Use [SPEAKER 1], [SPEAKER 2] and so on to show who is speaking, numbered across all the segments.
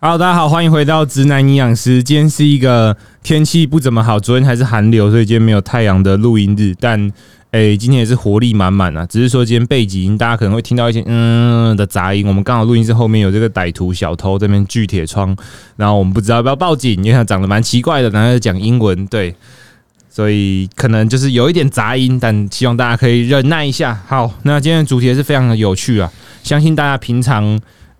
[SPEAKER 1] Hello，大家好，欢迎回到直男营养师。今天是一个天气不怎么好，昨天还是寒流，所以今天没有太阳的录音日。但诶、今天也是活力满满啊，只是说今天背景音大家可能会听到一些嗯的杂音。我们刚好录音室后面有这个歹徒小偷这边锯铁窗，然后我们不知道要不要报警，因为他长得蛮奇怪的，然后又讲英文，对。所以可能就是有一点杂音，但希望大家可以忍耐一下。好，那今天的主题也是非常的有趣啊，相信大家平常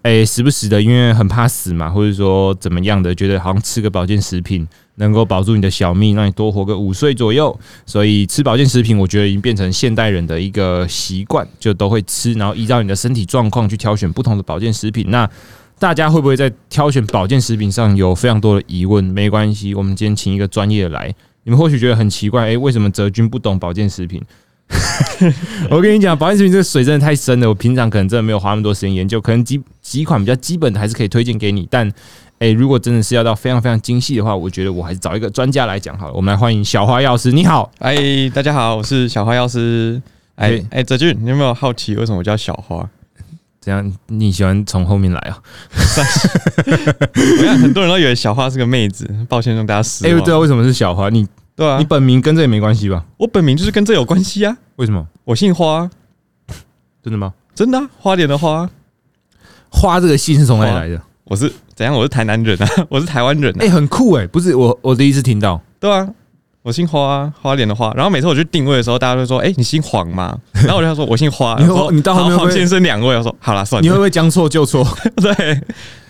[SPEAKER 1] 诶、哎时不时的，因为很怕死嘛，或者说怎么样的，觉得好像吃个保健食品能够保住你的小命，让你多活个五岁左右。所以吃保健食品，我觉得已经变成现代人的一个习惯，就都会吃，然后依照你的身体状况去挑选不同的保健食品。那大家会不会在挑选保健食品上有非常多的疑问？没关系，我们今天请一个专业的来。你们或许觉得很奇怪，诶、哎为什么哲君不懂保健食品？我跟你讲，保健食品这个水真的太深了，我平常可能真的没有花那么多时间研究，可能几几款比较基本的还是可以推荐给你，但诶、如果真的是要到非常非常精细的话，我觉得我还是找一个专家来讲好了。我们来欢迎小花药师，你好，
[SPEAKER 2] 哎，大家好，我是小花药师。哎
[SPEAKER 1] 对
[SPEAKER 2] 哎，哲俊，你有没有好奇为什么我叫小花？
[SPEAKER 1] 这样你喜欢从后面来啊？
[SPEAKER 2] 我想很多人都以为小花是个妹子，抱歉让大家失
[SPEAKER 1] 诶、
[SPEAKER 2] 望。
[SPEAKER 1] 对啊，为什么是小花？你
[SPEAKER 2] 对啊
[SPEAKER 1] 你，本名跟这也没关系吧？
[SPEAKER 2] 我本名就是跟这有关系啊，
[SPEAKER 1] 为什么？
[SPEAKER 2] 我姓花，
[SPEAKER 1] 真的吗？
[SPEAKER 2] 真的、啊、花莲的花。
[SPEAKER 1] 花这个姓是从哪里来的？
[SPEAKER 2] 我是怎样？我是台南人啊， 我是台湾人啊
[SPEAKER 1] 诶、，哦哎很酷诶、不是我我第一次听到，
[SPEAKER 2] 对啊，我姓花、啊，花莲的花。然后每次我去定位的时候，大家都说：“哎、你姓黄吗？”然后我就想说：“我姓花。”
[SPEAKER 1] 你会
[SPEAKER 2] 我说
[SPEAKER 1] 你到后面
[SPEAKER 2] 好
[SPEAKER 1] 会不
[SPEAKER 2] 黄
[SPEAKER 1] 会
[SPEAKER 2] 先生两位，我说：“好啦，算
[SPEAKER 1] 你会
[SPEAKER 2] 了。
[SPEAKER 1] 不会将错就错？”
[SPEAKER 2] 对。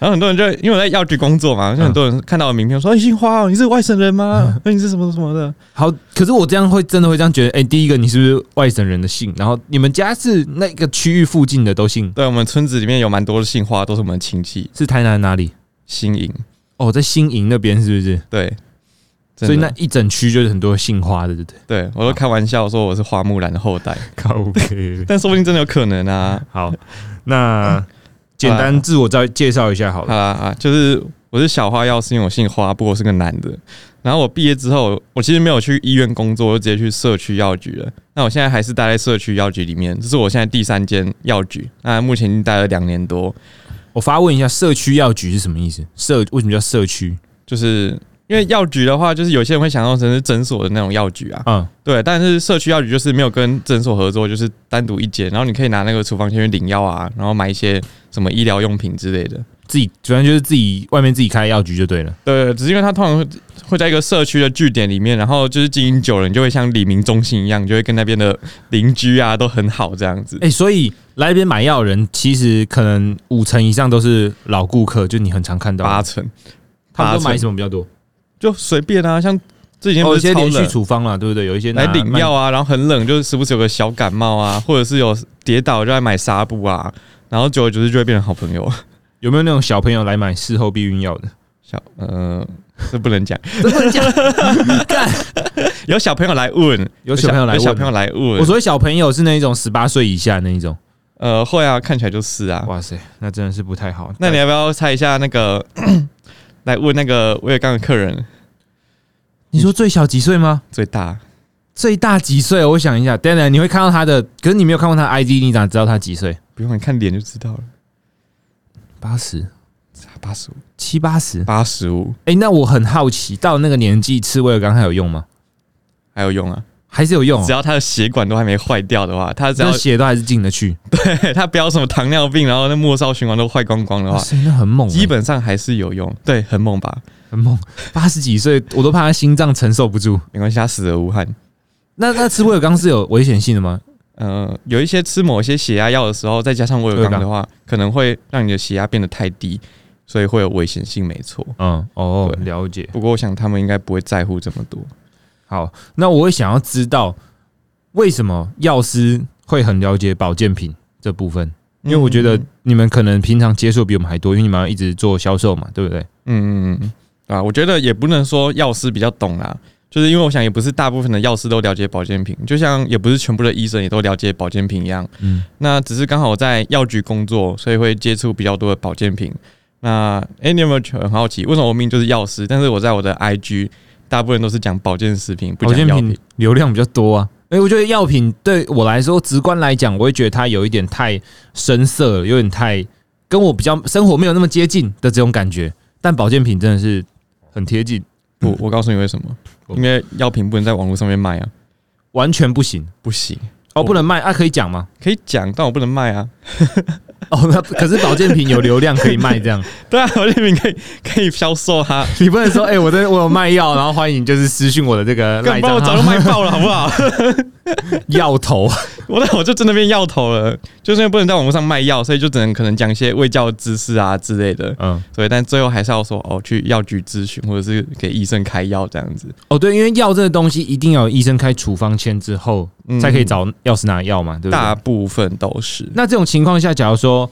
[SPEAKER 2] 然后很多人就因为我在药局工作
[SPEAKER 1] 嗯
[SPEAKER 2] 嘛，就很多人看到我名片说：“哎你姓花、哦，你是外省人吗？哎那、你是什么什么的？”
[SPEAKER 1] 好，可是我这样会真的会这样觉得。哎、第一个你是不是外省人的姓？然后你们家是那个区域附近的都姓，
[SPEAKER 2] 对，我们村子里面有蛮多的姓花，都是我们的亲戚
[SPEAKER 1] 是台南哪里？
[SPEAKER 2] 新营。
[SPEAKER 1] 哦，在新营那边是不是？
[SPEAKER 2] 对，真
[SPEAKER 1] 所以
[SPEAKER 2] 的
[SPEAKER 1] 那一整区就是很多姓花的，对不 对？
[SPEAKER 2] 对我都开玩笑说我是花木兰的后代，
[SPEAKER 1] 靠北
[SPEAKER 2] 但说不定真的有可能啊。
[SPEAKER 1] 好，那简单自我再介绍一下好
[SPEAKER 2] 好
[SPEAKER 1] 了。
[SPEAKER 2] 啦啊，就是我是小花药师，因为我姓花，不过我是个男的。然后我毕业之后，我其实没有去医院工作，我就直接去社区药局了。那我现在还是待在社区药局里面，这是我现在第三间药局，那目前已经待了两年多。
[SPEAKER 1] 我发问一下，社区药局是什么意思？社为什么叫社区？
[SPEAKER 2] 就是因为药局的话，就是有些人会想到成是诊所的那种药局啊，
[SPEAKER 1] 嗯，
[SPEAKER 2] 对，但是社区药局就是没有跟诊所合作，就是单独一间，然后你可以拿那个处方签去领药啊，然后买一些什么医疗用品之类的。
[SPEAKER 1] 自己主要就是自己外面自己开药局就对了。
[SPEAKER 2] 对，只是因为它通常会会在一个社区的据点里面，然后就是经营久了，你就会像李明中心一样，你就会跟那边的邻居啊都很好这样子。
[SPEAKER 1] 哎、所以来这边买药的人，其实可能五成以上都是老顾客，就你很常看到的
[SPEAKER 2] 八成，
[SPEAKER 1] 他们都买
[SPEAKER 2] 八成
[SPEAKER 1] 什么比较多？
[SPEAKER 2] 就随便啊，像这几天
[SPEAKER 1] 哦，
[SPEAKER 2] 不
[SPEAKER 1] 一
[SPEAKER 2] 是
[SPEAKER 1] 些
[SPEAKER 2] 超
[SPEAKER 1] 连续
[SPEAKER 2] 冷，
[SPEAKER 1] 处方啦，对不对？有一些拿
[SPEAKER 2] 来领药啊，然后很冷，就是时不时有个小感冒啊，或者是有跌倒就来买纱布啊，然后久而久之就会变成好朋友。
[SPEAKER 1] 有没有那种小朋友来买事后避孕药的？
[SPEAKER 2] 小呃，这不能讲。
[SPEAKER 1] 真的 假的？
[SPEAKER 2] 有小朋友来问，
[SPEAKER 1] 有小朋友来
[SPEAKER 2] 有小
[SPEAKER 1] 问
[SPEAKER 2] 朋友
[SPEAKER 1] 吗。
[SPEAKER 2] 来问，
[SPEAKER 1] 我所谓小朋友是那一种十八岁以下那一种。
[SPEAKER 2] 呃，会啊，看起来就是啊。
[SPEAKER 1] 哇塞，那真的是不太好。
[SPEAKER 2] 那你要不要猜一下那个 来问那个威尔刚的客人
[SPEAKER 1] 你说最小几岁吗？
[SPEAKER 2] 最大？
[SPEAKER 1] 最大几岁？我想一下，等等，你会看到他的，可是你没有看过他的 ID，你哪知道他几岁？
[SPEAKER 2] 不用你看脸就知道了，
[SPEAKER 1] 八十
[SPEAKER 2] 八十五，
[SPEAKER 1] 七八十。
[SPEAKER 2] 八十五
[SPEAKER 1] 哎，那我很好奇，到那个年纪吃威尔刚还有用吗？
[SPEAKER 2] 还有用啊！
[SPEAKER 1] 还是有用哦
[SPEAKER 2] 只？要他的血管都还没坏掉的话，他只要
[SPEAKER 1] 这血都还是进得去。
[SPEAKER 2] 他不要什么糖尿病，然后那末梢循环都坏光光的
[SPEAKER 1] 哇
[SPEAKER 2] 话，
[SPEAKER 1] 塞，那很猛欸，
[SPEAKER 2] 基本上还是有用。对，很猛吧？
[SPEAKER 1] 很猛。八十几岁，我都怕他心脏承受不住。
[SPEAKER 2] 没关系，他死而无憾。
[SPEAKER 1] 那那吃威尔刚是有危险性的吗？
[SPEAKER 2] 呃，有一些吃某些血压药的时候，再加上威尔刚的话，可能会让你的血压变得太低，所以会有危险性，没错。
[SPEAKER 1] 嗯，哦，
[SPEAKER 2] 对
[SPEAKER 1] 了解。
[SPEAKER 2] 不过我想他们应该不会在乎这么多。
[SPEAKER 1] 好，那我也想要知道为什么药师会很了解保健品这部分，因为我觉得你们可能平常接触比我们还多，因为你们要一直做销售嘛，对不对？
[SPEAKER 2] 嗯，嗯嗯嗯，啊，我觉得也不能说药师比较懂啦，就是因为我想也不是大部分的药师都了解保健品，就像也不是全部的医生也都了解保健品一样。
[SPEAKER 1] 嗯，
[SPEAKER 2] 那只是刚好我在药局工作，所以会接触比较多的保健品。那哎、诶你有没有很好奇，为什么我明明就是药师，但是我在我的 IG 大部分都是讲保健食品，不
[SPEAKER 1] 保
[SPEAKER 2] 讲
[SPEAKER 1] 健
[SPEAKER 2] 药
[SPEAKER 1] 品
[SPEAKER 2] 品。
[SPEAKER 1] 流量比较多啊。哎、我觉得药品对我来说，直观来讲，我会觉得它有一点太深色了，有点太跟我比较生活没有那么接近的这种感觉。但保健品真的是很贴近，
[SPEAKER 2] 不，我告诉你为什么，
[SPEAKER 1] 嗯我
[SPEAKER 2] 因为药品不能在网络上面卖啊，
[SPEAKER 1] 完全不行
[SPEAKER 2] 不行，
[SPEAKER 1] 哦，不能卖啊，可以讲 吗？
[SPEAKER 2] 可以讲，但我不能卖啊。
[SPEAKER 1] 哦，那可是保健品有流量可以卖这样，
[SPEAKER 2] 对啊，保健品可以可以销售啊，
[SPEAKER 1] 你不能说哎、我在我有卖药，然后欢迎就是私讯我的这个赖
[SPEAKER 2] 干不
[SPEAKER 1] 账
[SPEAKER 2] 然我早就
[SPEAKER 1] 号
[SPEAKER 2] 卖爆了，好不好？
[SPEAKER 1] 药头，
[SPEAKER 2] 我那我就真的变药头了，就是因为不能在网络上卖药，所以就只能可能讲一些卫教知识啊之类的。
[SPEAKER 1] 嗯，
[SPEAKER 2] 对，但最后还是要说哦，去药局咨询或者是给医生开药这样子。
[SPEAKER 1] 哦对，因为药这个东西一定要有医生开处方签之后、
[SPEAKER 2] 嗯
[SPEAKER 1] 才可以找药师拿药嘛，对不对？
[SPEAKER 2] 大部分都是，
[SPEAKER 1] 那这种情况下，假如说，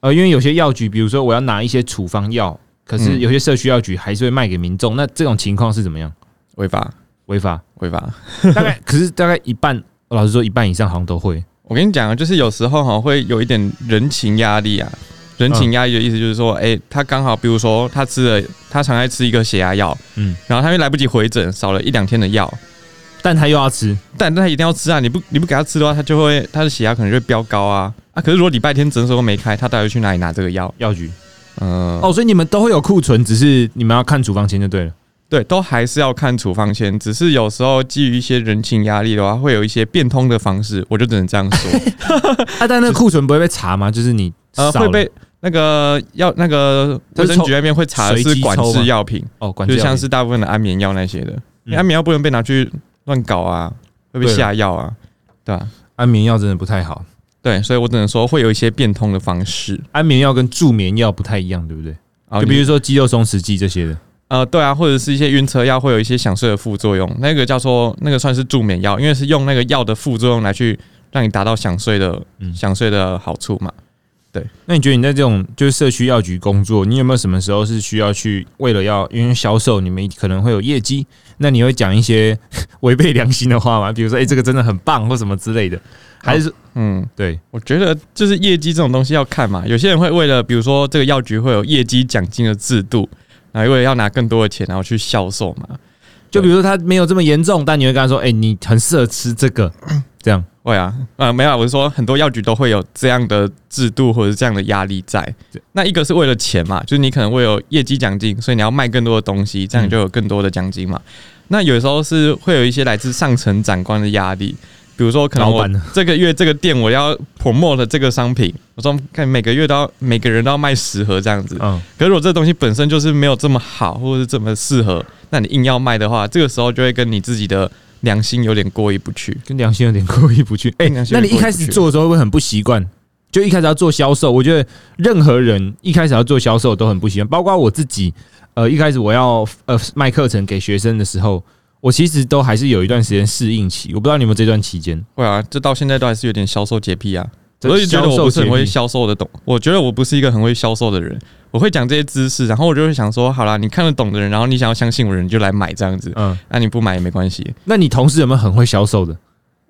[SPEAKER 1] 呃，因为有些药局，比如说我要拿一些处方药，可是
[SPEAKER 2] 嗯
[SPEAKER 1] 有些社区药局还是会卖给民众，那这种情况是怎么样？
[SPEAKER 2] 违法
[SPEAKER 1] 违 法？
[SPEAKER 2] 违法。
[SPEAKER 1] 大概可是大概一半，我老实说，一半以上好像都会。
[SPEAKER 2] 我跟你讲啊，就是有时候哈会有一点人情压力啊。人
[SPEAKER 1] 嗯
[SPEAKER 2] 情压力的意思就是说，哎、他刚好比如说他吃了，他常爱吃一个血压药，
[SPEAKER 1] 嗯，
[SPEAKER 2] 然后他又来不及回诊，少了一两天的药，
[SPEAKER 1] 但他又要吃，
[SPEAKER 2] 但但他一定要吃啊！你不你不给他吃的话，他就会他的血压可能就会飙高啊啊！可是如果礼拜天诊所都没开，他到底去哪里拿这个药？
[SPEAKER 1] 药局
[SPEAKER 2] 嗯、
[SPEAKER 1] 哦，所以你们都会有库存，只是你们要看处方签就对了。
[SPEAKER 2] 对，都还是要看处方签，只是有时候基于一些人情压力的话，会有一些变通的方式，我就只能这样说。
[SPEAKER 1] 啊，但那个库存不会被查吗？就是你
[SPEAKER 2] 呃，
[SPEAKER 1] 少
[SPEAKER 2] 会
[SPEAKER 1] 了
[SPEAKER 2] 被那个药那个卫生局那边会查的
[SPEAKER 1] 随
[SPEAKER 2] 是
[SPEAKER 1] 机
[SPEAKER 2] 管
[SPEAKER 1] 抽吗
[SPEAKER 2] 制药品，
[SPEAKER 1] 哦， 管
[SPEAKER 2] 就
[SPEAKER 1] 制药
[SPEAKER 2] 像
[SPEAKER 1] 品
[SPEAKER 2] 是大部分的安眠药那些的，因
[SPEAKER 1] 嗯
[SPEAKER 2] 为安眠药不能被拿去乱搞啊，会被
[SPEAKER 1] 对啊
[SPEAKER 2] 下药啊，对吧、
[SPEAKER 1] 安眠药真的不太好，
[SPEAKER 2] 对，所以我只能说会有一些变通的方式。
[SPEAKER 1] 安眠药跟助眠药不太一样，对不对？
[SPEAKER 2] 啊
[SPEAKER 1] 就比如说肌肉松弛剂这些的。
[SPEAKER 2] 呃，对啊，或者是一些晕车药会有一些想睡的副作用，那个叫做那个算是助眠药，因为是用那个药的副作用来去让你达到想睡的、
[SPEAKER 1] 嗯
[SPEAKER 2] 想睡的好处嘛。
[SPEAKER 1] 那你觉得你在这种就是社区药局工作，你有没有什么时候是需要去为了要因为销售，你们可能会有业绩，那你会讲一些 违背良心的话吗？比如说，哎、这个真的很棒，或什么之类的，还是
[SPEAKER 2] 嗯，
[SPEAKER 1] 对
[SPEAKER 2] 我觉得就是业绩这种东西要看嘛，有些人会为了比如说这个药局会有业绩奖金的制度，然后为了要拿更多的钱，然后去销售嘛。
[SPEAKER 1] 就比如说他没有这么严重，但你会跟他说，哎、你很适合吃这个，这样
[SPEAKER 2] 会啊，呃，没有啊，我是说很多药局都会有这样的制度或者是这样的压力在
[SPEAKER 1] 对。
[SPEAKER 2] 那一个是为了钱嘛，就是你可能会有业绩奖金，所以你要卖更多的东西，这样你就有更多的奖金嘛。那有时候是会有一些来自上层长官的压力，比如说可能
[SPEAKER 1] 老
[SPEAKER 2] 我
[SPEAKER 1] 板呢
[SPEAKER 2] 这个月这个店我要 promote 这个商品，我说看每个月都要每个人都要卖十盒这样子。
[SPEAKER 1] 嗯，
[SPEAKER 2] 可是我这东西本身就是没有这么好，或者是这么适合，那你硬要卖的话，这个时候就会跟你自己的良心有点过意不去。
[SPEAKER 1] 跟良心有点过意不去。哎、
[SPEAKER 2] 跟良心
[SPEAKER 1] 那
[SPEAKER 2] 有点
[SPEAKER 1] 你一开
[SPEAKER 2] 过意
[SPEAKER 1] 始
[SPEAKER 2] 不去
[SPEAKER 1] 做的时候会不会很不习惯？就一开始要做销售，我觉得任何人一开始要做销售都很不习惯，包括我自己。呃，一开始我要呃卖课程给学生的时候，我其实都还是有一段时间适应期。我不知道你有没有这段期间，
[SPEAKER 2] 会啊，这到现在都还是有点销售洁癖啊。
[SPEAKER 1] 这
[SPEAKER 2] 我就觉得我不
[SPEAKER 1] 销
[SPEAKER 2] 是很
[SPEAKER 1] 售洁
[SPEAKER 2] 会
[SPEAKER 1] 癖
[SPEAKER 2] 销售的懂，我觉得我不是一个很会销售的人。我会讲这些知识，然后我就会想说，好啦，你看得懂的人，然后你想要相信我的人，你就来买这样子。
[SPEAKER 1] 嗯，
[SPEAKER 2] 那、你不买也没关系。
[SPEAKER 1] 那你同事有没有很会销售的？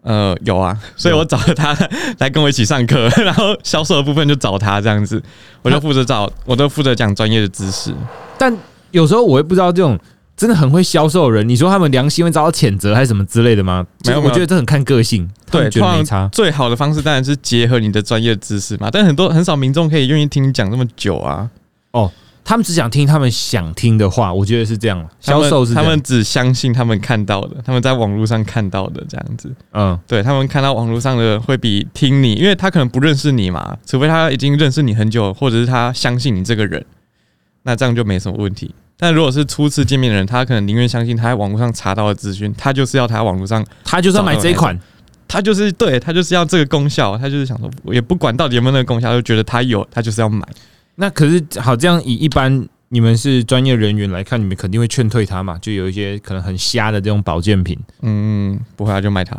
[SPEAKER 2] 呃，有啊，所以我找了他 来跟我一起上课， 然后销售的部分就找他这样子，我就负责找，我都负责讲专业的知识。
[SPEAKER 1] 但有时候我会不知道这种真的很会销售的人，你说他们良心会遭到谴责还是什么之类的吗？
[SPEAKER 2] 没
[SPEAKER 1] 就
[SPEAKER 2] 有
[SPEAKER 1] 是
[SPEAKER 2] 没有
[SPEAKER 1] 我觉得这很看个性，他们
[SPEAKER 2] 对，
[SPEAKER 1] 觉
[SPEAKER 2] 通
[SPEAKER 1] 得没
[SPEAKER 2] 常
[SPEAKER 1] 差。
[SPEAKER 2] 最好的方式当然是结合你的专业知识嘛，但很多很少民众可以愿意听你讲这么久啊。
[SPEAKER 1] 他们只想听他们想听的话，我觉得是这样。
[SPEAKER 2] 他
[SPEAKER 1] 销
[SPEAKER 2] 们
[SPEAKER 1] 售是这
[SPEAKER 2] 他
[SPEAKER 1] 样
[SPEAKER 2] 们只相信他们看到的，他们在网络上看到的这样子，
[SPEAKER 1] 嗯，
[SPEAKER 2] 对他们看到网络上的会比听你，因为他可能不认识你嘛，除非他已经认识你很久，或者是他相信你这个人，那这样就没什么问题。但如果是初次见面的人，他可能宁愿相信他在网络上查到的资讯，他就是要他在网络上，
[SPEAKER 1] 他就是要买这一款，
[SPEAKER 2] 他就是对他就是要这个功效，他就是想说也不管到底有没有那个功效，就觉得他有，他就是要买。
[SPEAKER 1] 那可是好，这样以一般你们是专业人员来看，你们肯定会劝退他嘛，就有一些可能很瞎的这种保健品，
[SPEAKER 2] 嗯，不会啊，就卖它。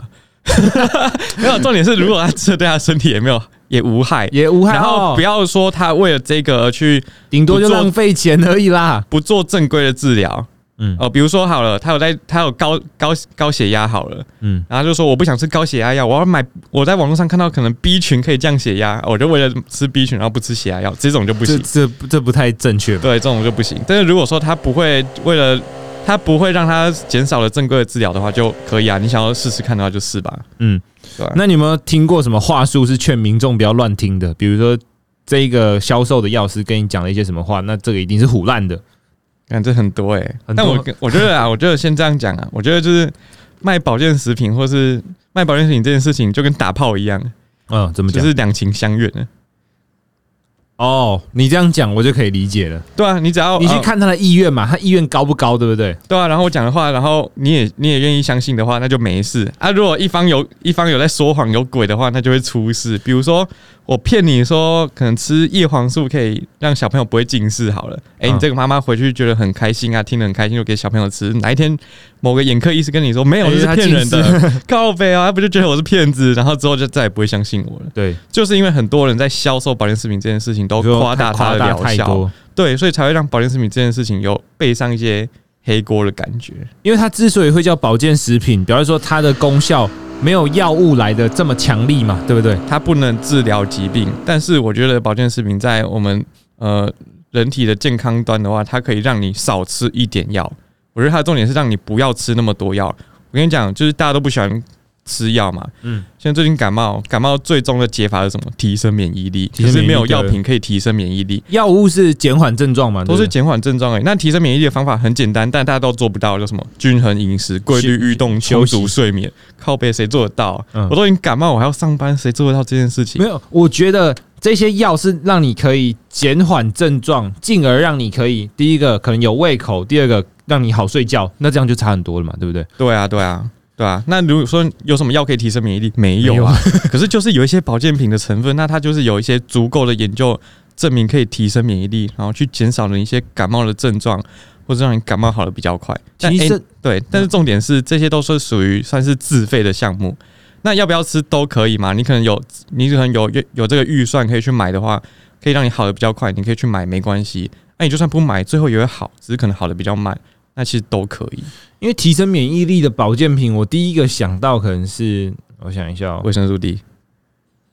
[SPEAKER 2] 没有，重点是如果他吃了对他身体也没有也无害，
[SPEAKER 1] 也无害
[SPEAKER 2] 然后
[SPEAKER 1] 哦
[SPEAKER 2] 不，要说他为了这个而去
[SPEAKER 1] 顶多就
[SPEAKER 2] 不做
[SPEAKER 1] 浪费钱而已啦。
[SPEAKER 2] 不做正规的治疗。
[SPEAKER 1] 嗯
[SPEAKER 2] 哦，比如说好了，他有在他有高高高血压好了，
[SPEAKER 1] 嗯，
[SPEAKER 2] 然后就说我不想吃高血压药，我要买我在网络上看到可能 B 群可以降血压，哦我就为了吃 B 群然后不吃血压药，这种就不
[SPEAKER 1] 这
[SPEAKER 2] 行。
[SPEAKER 1] 这这不太正确吧？
[SPEAKER 2] 对，这种就不行。但是如果说他不会为了他不会让他减少了正规的治疗的话，就可以啊。你想要试试看的话就试吧。
[SPEAKER 1] 嗯
[SPEAKER 2] 对啊，
[SPEAKER 1] 那你有没有听过什么话术是劝民众不要乱听的？比如说这一个销售的药师跟你讲了一些什么话，那这个一定是胡烂的。
[SPEAKER 2] 感这很多哎、
[SPEAKER 1] 很多
[SPEAKER 2] 但我我觉得啊，我觉得先这样讲啊，我觉得就是卖保健食品或是卖保健食品这件事情，就跟打炮一样，
[SPEAKER 1] 嗯，怎么
[SPEAKER 2] 就
[SPEAKER 1] 讲？
[SPEAKER 2] 是两情相悦的。
[SPEAKER 1] 哦，你这样讲我就可以理解了。
[SPEAKER 2] 对啊，你只要
[SPEAKER 1] 你去
[SPEAKER 2] 呃
[SPEAKER 1] 看他的意愿嘛，他意愿高不高，对不对？
[SPEAKER 2] 对啊，然后我讲的话，然后你也你也愿意相信的话，那就没事啊。如果一方有一方有在说谎有鬼的话，那就会出事。比如说我骗你说可能吃叶黄素可以让小朋友不会近视，好了，哎、
[SPEAKER 1] 嗯
[SPEAKER 2] 你这个妈妈回去觉得很开心啊，听得很开心，就给小朋友吃。哪一天某个眼科医师跟你说没有，
[SPEAKER 1] 哎
[SPEAKER 2] 这是
[SPEAKER 1] 他
[SPEAKER 2] 骗
[SPEAKER 1] 近
[SPEAKER 2] 人的， 靠背啊，他不就觉得我是骗子，然后之后就再也不会相信我了。
[SPEAKER 1] 对，
[SPEAKER 2] 就是因为很多人在销售保健食品这件事情都
[SPEAKER 1] 你说
[SPEAKER 2] 夸大它
[SPEAKER 1] 夸
[SPEAKER 2] 的
[SPEAKER 1] 大
[SPEAKER 2] 疗
[SPEAKER 1] 太
[SPEAKER 2] 效，
[SPEAKER 1] 多，
[SPEAKER 2] 对，所以才会让保健食品这件事情有背上一些黑锅的感觉。
[SPEAKER 1] 因为它之所以会叫保健食品，表示说它的功效没有药物来的这么强力嘛，对不对？
[SPEAKER 2] 它不能治疗疾病，但是我觉得保健食品在我们呃人体的健康端的话，它可以让你少吃一点药。我觉得它的重点是让你不要吃那么多药。我跟你讲，就是大家都不喜欢吃药嘛，
[SPEAKER 1] 嗯
[SPEAKER 2] 嗯，像最近感冒，感冒最终的解法是什么？提升免疫力，
[SPEAKER 1] 提
[SPEAKER 2] 可
[SPEAKER 1] 升免疫力
[SPEAKER 2] 是没有药品可以提升免疫力，
[SPEAKER 1] 药物是减缓症状嘛，
[SPEAKER 2] 都
[SPEAKER 1] 对
[SPEAKER 2] 是
[SPEAKER 1] 不对
[SPEAKER 2] 减缓症状而已。那提升免疫力的方法很简单，但大家都做不到，叫什么？均衡饮食、规律运动、
[SPEAKER 1] 休
[SPEAKER 2] 充
[SPEAKER 1] 息
[SPEAKER 2] 足睡眠，靠背谁做得到啊？
[SPEAKER 1] 嗯
[SPEAKER 2] 我都已经感冒，我还要上班，谁做得到这件事情？
[SPEAKER 1] 没有。我觉得这些药是让你可以减缓症状，进而让你可以第一个可能有胃口，第二个让你好睡觉，那这样就差很多了嘛，对不对？
[SPEAKER 2] 对啊，对啊，对啊。那如果说有什么药可以提升免疫力，没有啊。可是就是有一些保健品的成分，那它就是有一些足够的研究证明可以提升免疫力，然后去减少你一些感冒的症状，或者让你感冒好的比较快。但
[SPEAKER 1] 其实
[SPEAKER 2] 诶
[SPEAKER 1] 这
[SPEAKER 2] 对，但是重点是这些都是属于算是自费的项目。那要不要吃都可以嘛？你可能有，你可能有有这个预算可以去买的话，可以让你好的比较快，你可以去买没关系。那、你就算不买，最后也会好，只是可能好的比较慢。那其实都可以，
[SPEAKER 1] 因为提升免疫力的保健品，我第一个想到可能是，我想一下、哦，
[SPEAKER 2] 维生素 D。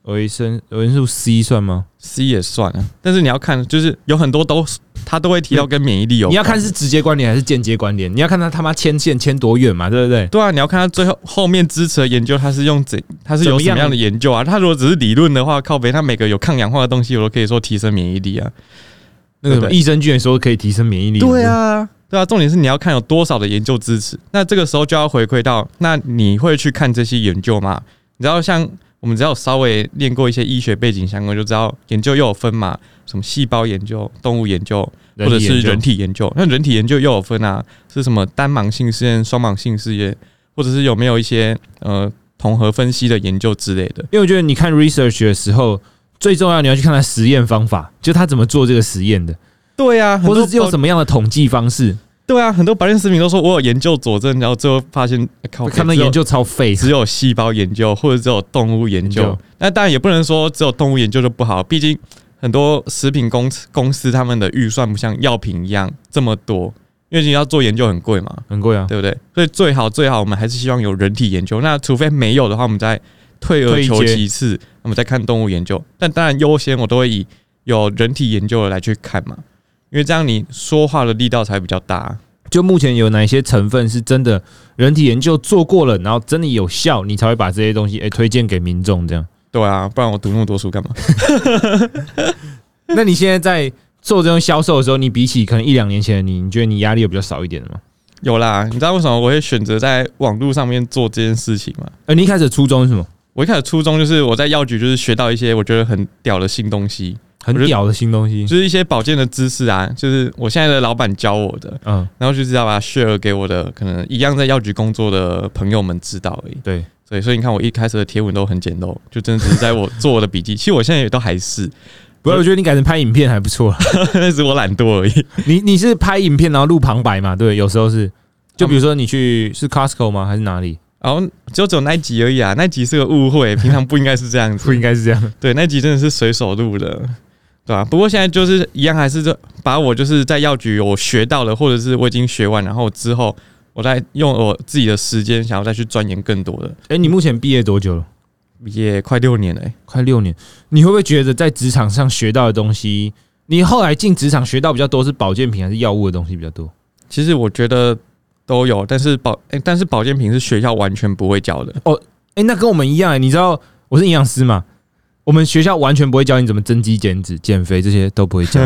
[SPEAKER 1] 维生维生素 C 算吗？
[SPEAKER 2] C 也算了，但是你要看，就是有很多都他都会提到跟免疫力有
[SPEAKER 1] 嗯
[SPEAKER 2] 关。
[SPEAKER 1] 你要看是直接关联还是间接关联，你要看他他妈牵线牵多远嘛，对不对？
[SPEAKER 2] 对啊，你要看他最后后面支持的研究，他是用怎，他是有
[SPEAKER 1] 怎么
[SPEAKER 2] 什
[SPEAKER 1] 样
[SPEAKER 2] 么样的研究啊？他如果只是理论的话，靠北，他每个有抗氧化的东西，我都可以说提升免疫力啊。
[SPEAKER 1] 那个什么
[SPEAKER 2] 对
[SPEAKER 1] 益生菌也说可以提升免疫力，
[SPEAKER 2] 对，啊，对啊，重点是你要看有多少的研究支持。那这个时候就要回馈到，那你会去看这些研究吗？你知道，像我们只要有稍微练过一些医学背景相关，就知道研究又有分嘛，什么细胞研究、动物研究，
[SPEAKER 1] 或
[SPEAKER 2] 或者是人体研究。那人体研究又有分啊，是什么单盲性试验、双盲性试验，或者是有没有一些呃统合分析的研究之类的。
[SPEAKER 1] 因为我觉得你看 research 的时候，最重要你要去看他实验方法，就他怎么做这个实验的，
[SPEAKER 2] 对啊，
[SPEAKER 1] 或
[SPEAKER 2] 很
[SPEAKER 1] 者
[SPEAKER 2] 多
[SPEAKER 1] 是用
[SPEAKER 2] 保
[SPEAKER 1] 什么样的统计方式。
[SPEAKER 2] 对啊，很多保健食品都说我有研究佐证，然后最后发现、呃靠，
[SPEAKER 1] 看那
[SPEAKER 2] 只有
[SPEAKER 1] 研究超废，
[SPEAKER 2] 只有细胞研究或者只有动物研
[SPEAKER 1] 研
[SPEAKER 2] 究
[SPEAKER 1] 究。
[SPEAKER 2] 那当然也不能说只有动物研究就不好，毕竟很多食品公司公司他们的预算不像药品一样这么多，因为你要做研究很贵嘛。
[SPEAKER 1] 很贵啊，
[SPEAKER 2] 对不对？所以最好最好，我们还是希望有人体研究。那除非没有的话，我们再退而
[SPEAKER 1] 退一
[SPEAKER 2] 求
[SPEAKER 1] 阶
[SPEAKER 2] 其次，我们再看动物研究。但当然优先我都会以有人体研究的来去看嘛，因为这样你说话的力道才比较大啊。
[SPEAKER 1] 就目前有哪些成分是真的人体研究做过了，然后真的有效，你才会把这些东西诶、哎推荐给民众这样。
[SPEAKER 2] 对啊，不然我读那么多书干嘛？
[SPEAKER 1] 那你现在在做这种销售的时候，你比起可能一两年前的你，你觉得你压力有比较少一点的吗？
[SPEAKER 2] 有啦，你知道为什么我会选择在网络上面做这件事情吗？
[SPEAKER 1] 呃，你一开始的初衷是什么？
[SPEAKER 2] 我一开始初衷就是我在药局就是学到一些我觉得很屌的新东西，
[SPEAKER 1] 很屌的新东西，
[SPEAKER 2] 就是一些保健的知识啊，就是我现在的老板教我的。
[SPEAKER 1] 嗯，
[SPEAKER 2] 然后就知道把它 share 给我的可能一样在药局工作的朋友们知道而已。
[SPEAKER 1] 对，
[SPEAKER 2] 对，所以你看我一开始的贴文都很简陋，就真的只是在我做我的笔记。其实我现在也都还是，
[SPEAKER 1] 不过我觉得你改成拍影片还不 错。
[SPEAKER 2] 那是我懒惰而已。
[SPEAKER 1] 你你是拍影片然后录旁白嘛？对，有时候是，就比如说你去是 Costco 吗？还是哪里？
[SPEAKER 2] 然后就只有那一集而已啊，那一集是个误会，平常不应该是这样子。
[SPEAKER 1] 不应该是这 样。
[SPEAKER 2] 对，那集真的是随手录的，对啊吧、不过现在就是一样，还是就把我就是在药局我学到了，或者是我已经学完，然后之后我再用我自己的时间，想要再去钻研更多的，
[SPEAKER 1] 哎、你目前毕业多久了？
[SPEAKER 2] 也快六年了欸、
[SPEAKER 1] 快六年。你会不会觉得在职场上学到的东西，你后来进职场学到比较多是保健品还是药物的东西比较多？
[SPEAKER 2] 其实我觉得都有，但是保、诶但是保健品是学校完全不会教的。
[SPEAKER 1] 哎、那跟我们一样、欸，你知道我是营养师嘛？我们学校完全不会教你怎么增肌、减脂、减肥，这些都不会 教。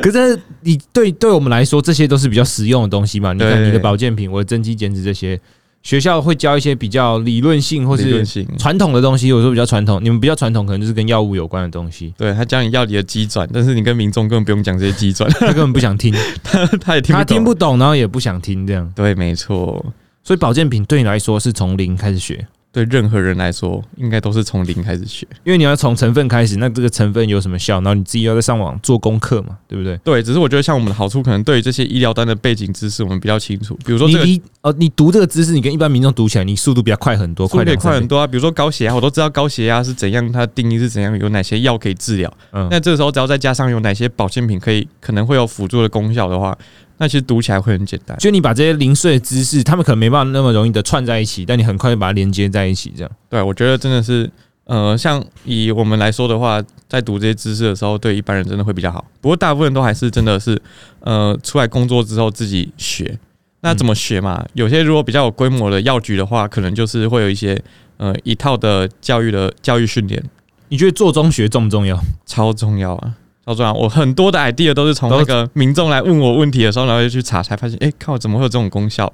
[SPEAKER 1] 可是你对对我们来说，这些都是比较实用的东西嘛？你看
[SPEAKER 2] 对
[SPEAKER 1] 你的保健品，我的增肌、减脂这些，学校会教一些比较理论性或
[SPEAKER 2] 理论
[SPEAKER 1] 是
[SPEAKER 2] 性，
[SPEAKER 1] 传统的东西。我说比较传统，你们比较传统，可能就是跟药物有关的东西，
[SPEAKER 2] 对他教你药理的机转，但是你跟民众根本不用讲这些机转，
[SPEAKER 1] 他根本不想听，
[SPEAKER 2] 他也听不
[SPEAKER 1] 他
[SPEAKER 2] 懂。
[SPEAKER 1] 听不懂，然后也不想听这样。
[SPEAKER 2] 对，没错，
[SPEAKER 1] 所以保健品对你来说是从零开始学，
[SPEAKER 2] 对任何人来说，应该都是从零开始学。
[SPEAKER 1] 因为你要从成分开始，那这个成分有什么效，然后你自己要在上网做功课嘛，对不对？
[SPEAKER 2] 对，只是我觉得像我们的好处，可能对于这些医疗端的背景知识，我们比较清楚。比如说
[SPEAKER 1] 你
[SPEAKER 2] 这个
[SPEAKER 1] 离呃，你读这个知识，你跟一般民众读起来，你速度比较快很多，
[SPEAKER 2] 速度
[SPEAKER 1] 快
[SPEAKER 2] 也
[SPEAKER 1] 两
[SPEAKER 2] 快
[SPEAKER 1] 三
[SPEAKER 2] 很
[SPEAKER 1] 倍。
[SPEAKER 2] 多啊，比如说高血压，我都知道高血压是怎样，它的定义是怎样，有哪些药可以治疗。
[SPEAKER 1] 嗯，
[SPEAKER 2] 那这个时候只要再加上有哪些保健品可以可能会有辅助的功效的话，那其实读起来会很简单。
[SPEAKER 1] 就你把这些零碎的知识，他们可能没办法那么容易的串在一起，但你很快就把它连接在一起，这样。
[SPEAKER 2] 对，啊我觉得真的是，呃，像以我们来说的话，在读这些知识的时候，对一般人真的会比较好。不过大部分都还是真的是，呃，出来工作之后自己学。那怎么学嘛？有些如果比较有规模的药局的话，可能就是会有一些呃一套的教育的教育训练，
[SPEAKER 1] 你觉得做中学重不重要？
[SPEAKER 2] 超重要啊，超重要！我很多的 idea 都是从那个民众来问我问题的时候，然后就去查，才发现，哎、靠，怎么会有这种功效？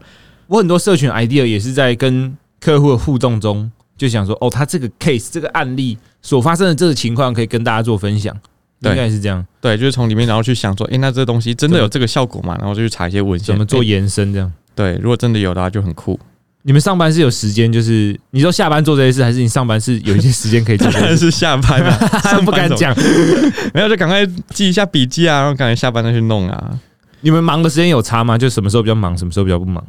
[SPEAKER 1] 我很多社群 idea 也是在跟客户的互动中，就想说，哦，他这个 case 这个案例所发生的这个情况，可以跟大家做分享，
[SPEAKER 2] 对
[SPEAKER 1] 应该是这样，
[SPEAKER 2] 对，就是从里面然后去想说，哎、那这东西真的有这个效果吗？然后就去查一些文献，
[SPEAKER 1] 怎么做
[SPEAKER 2] 诶
[SPEAKER 1] 延伸这样。
[SPEAKER 2] 对，如果真的有的话，就很 酷。
[SPEAKER 1] 你们上班是有时间，就是你说下班做这些事，还是你上班是有一些时间可以做
[SPEAKER 2] 当
[SPEAKER 1] 这些
[SPEAKER 2] 然
[SPEAKER 1] 事？
[SPEAKER 2] 是下班 了、上班
[SPEAKER 1] 不敢
[SPEAKER 2] 怎么，
[SPEAKER 1] 讲，
[SPEAKER 2] 没有就赶快记一下笔记啊，然后赶快下班再去弄啊。
[SPEAKER 1] 你们忙的时间有差吗？就什么时候比较忙，什么时候比较不忙？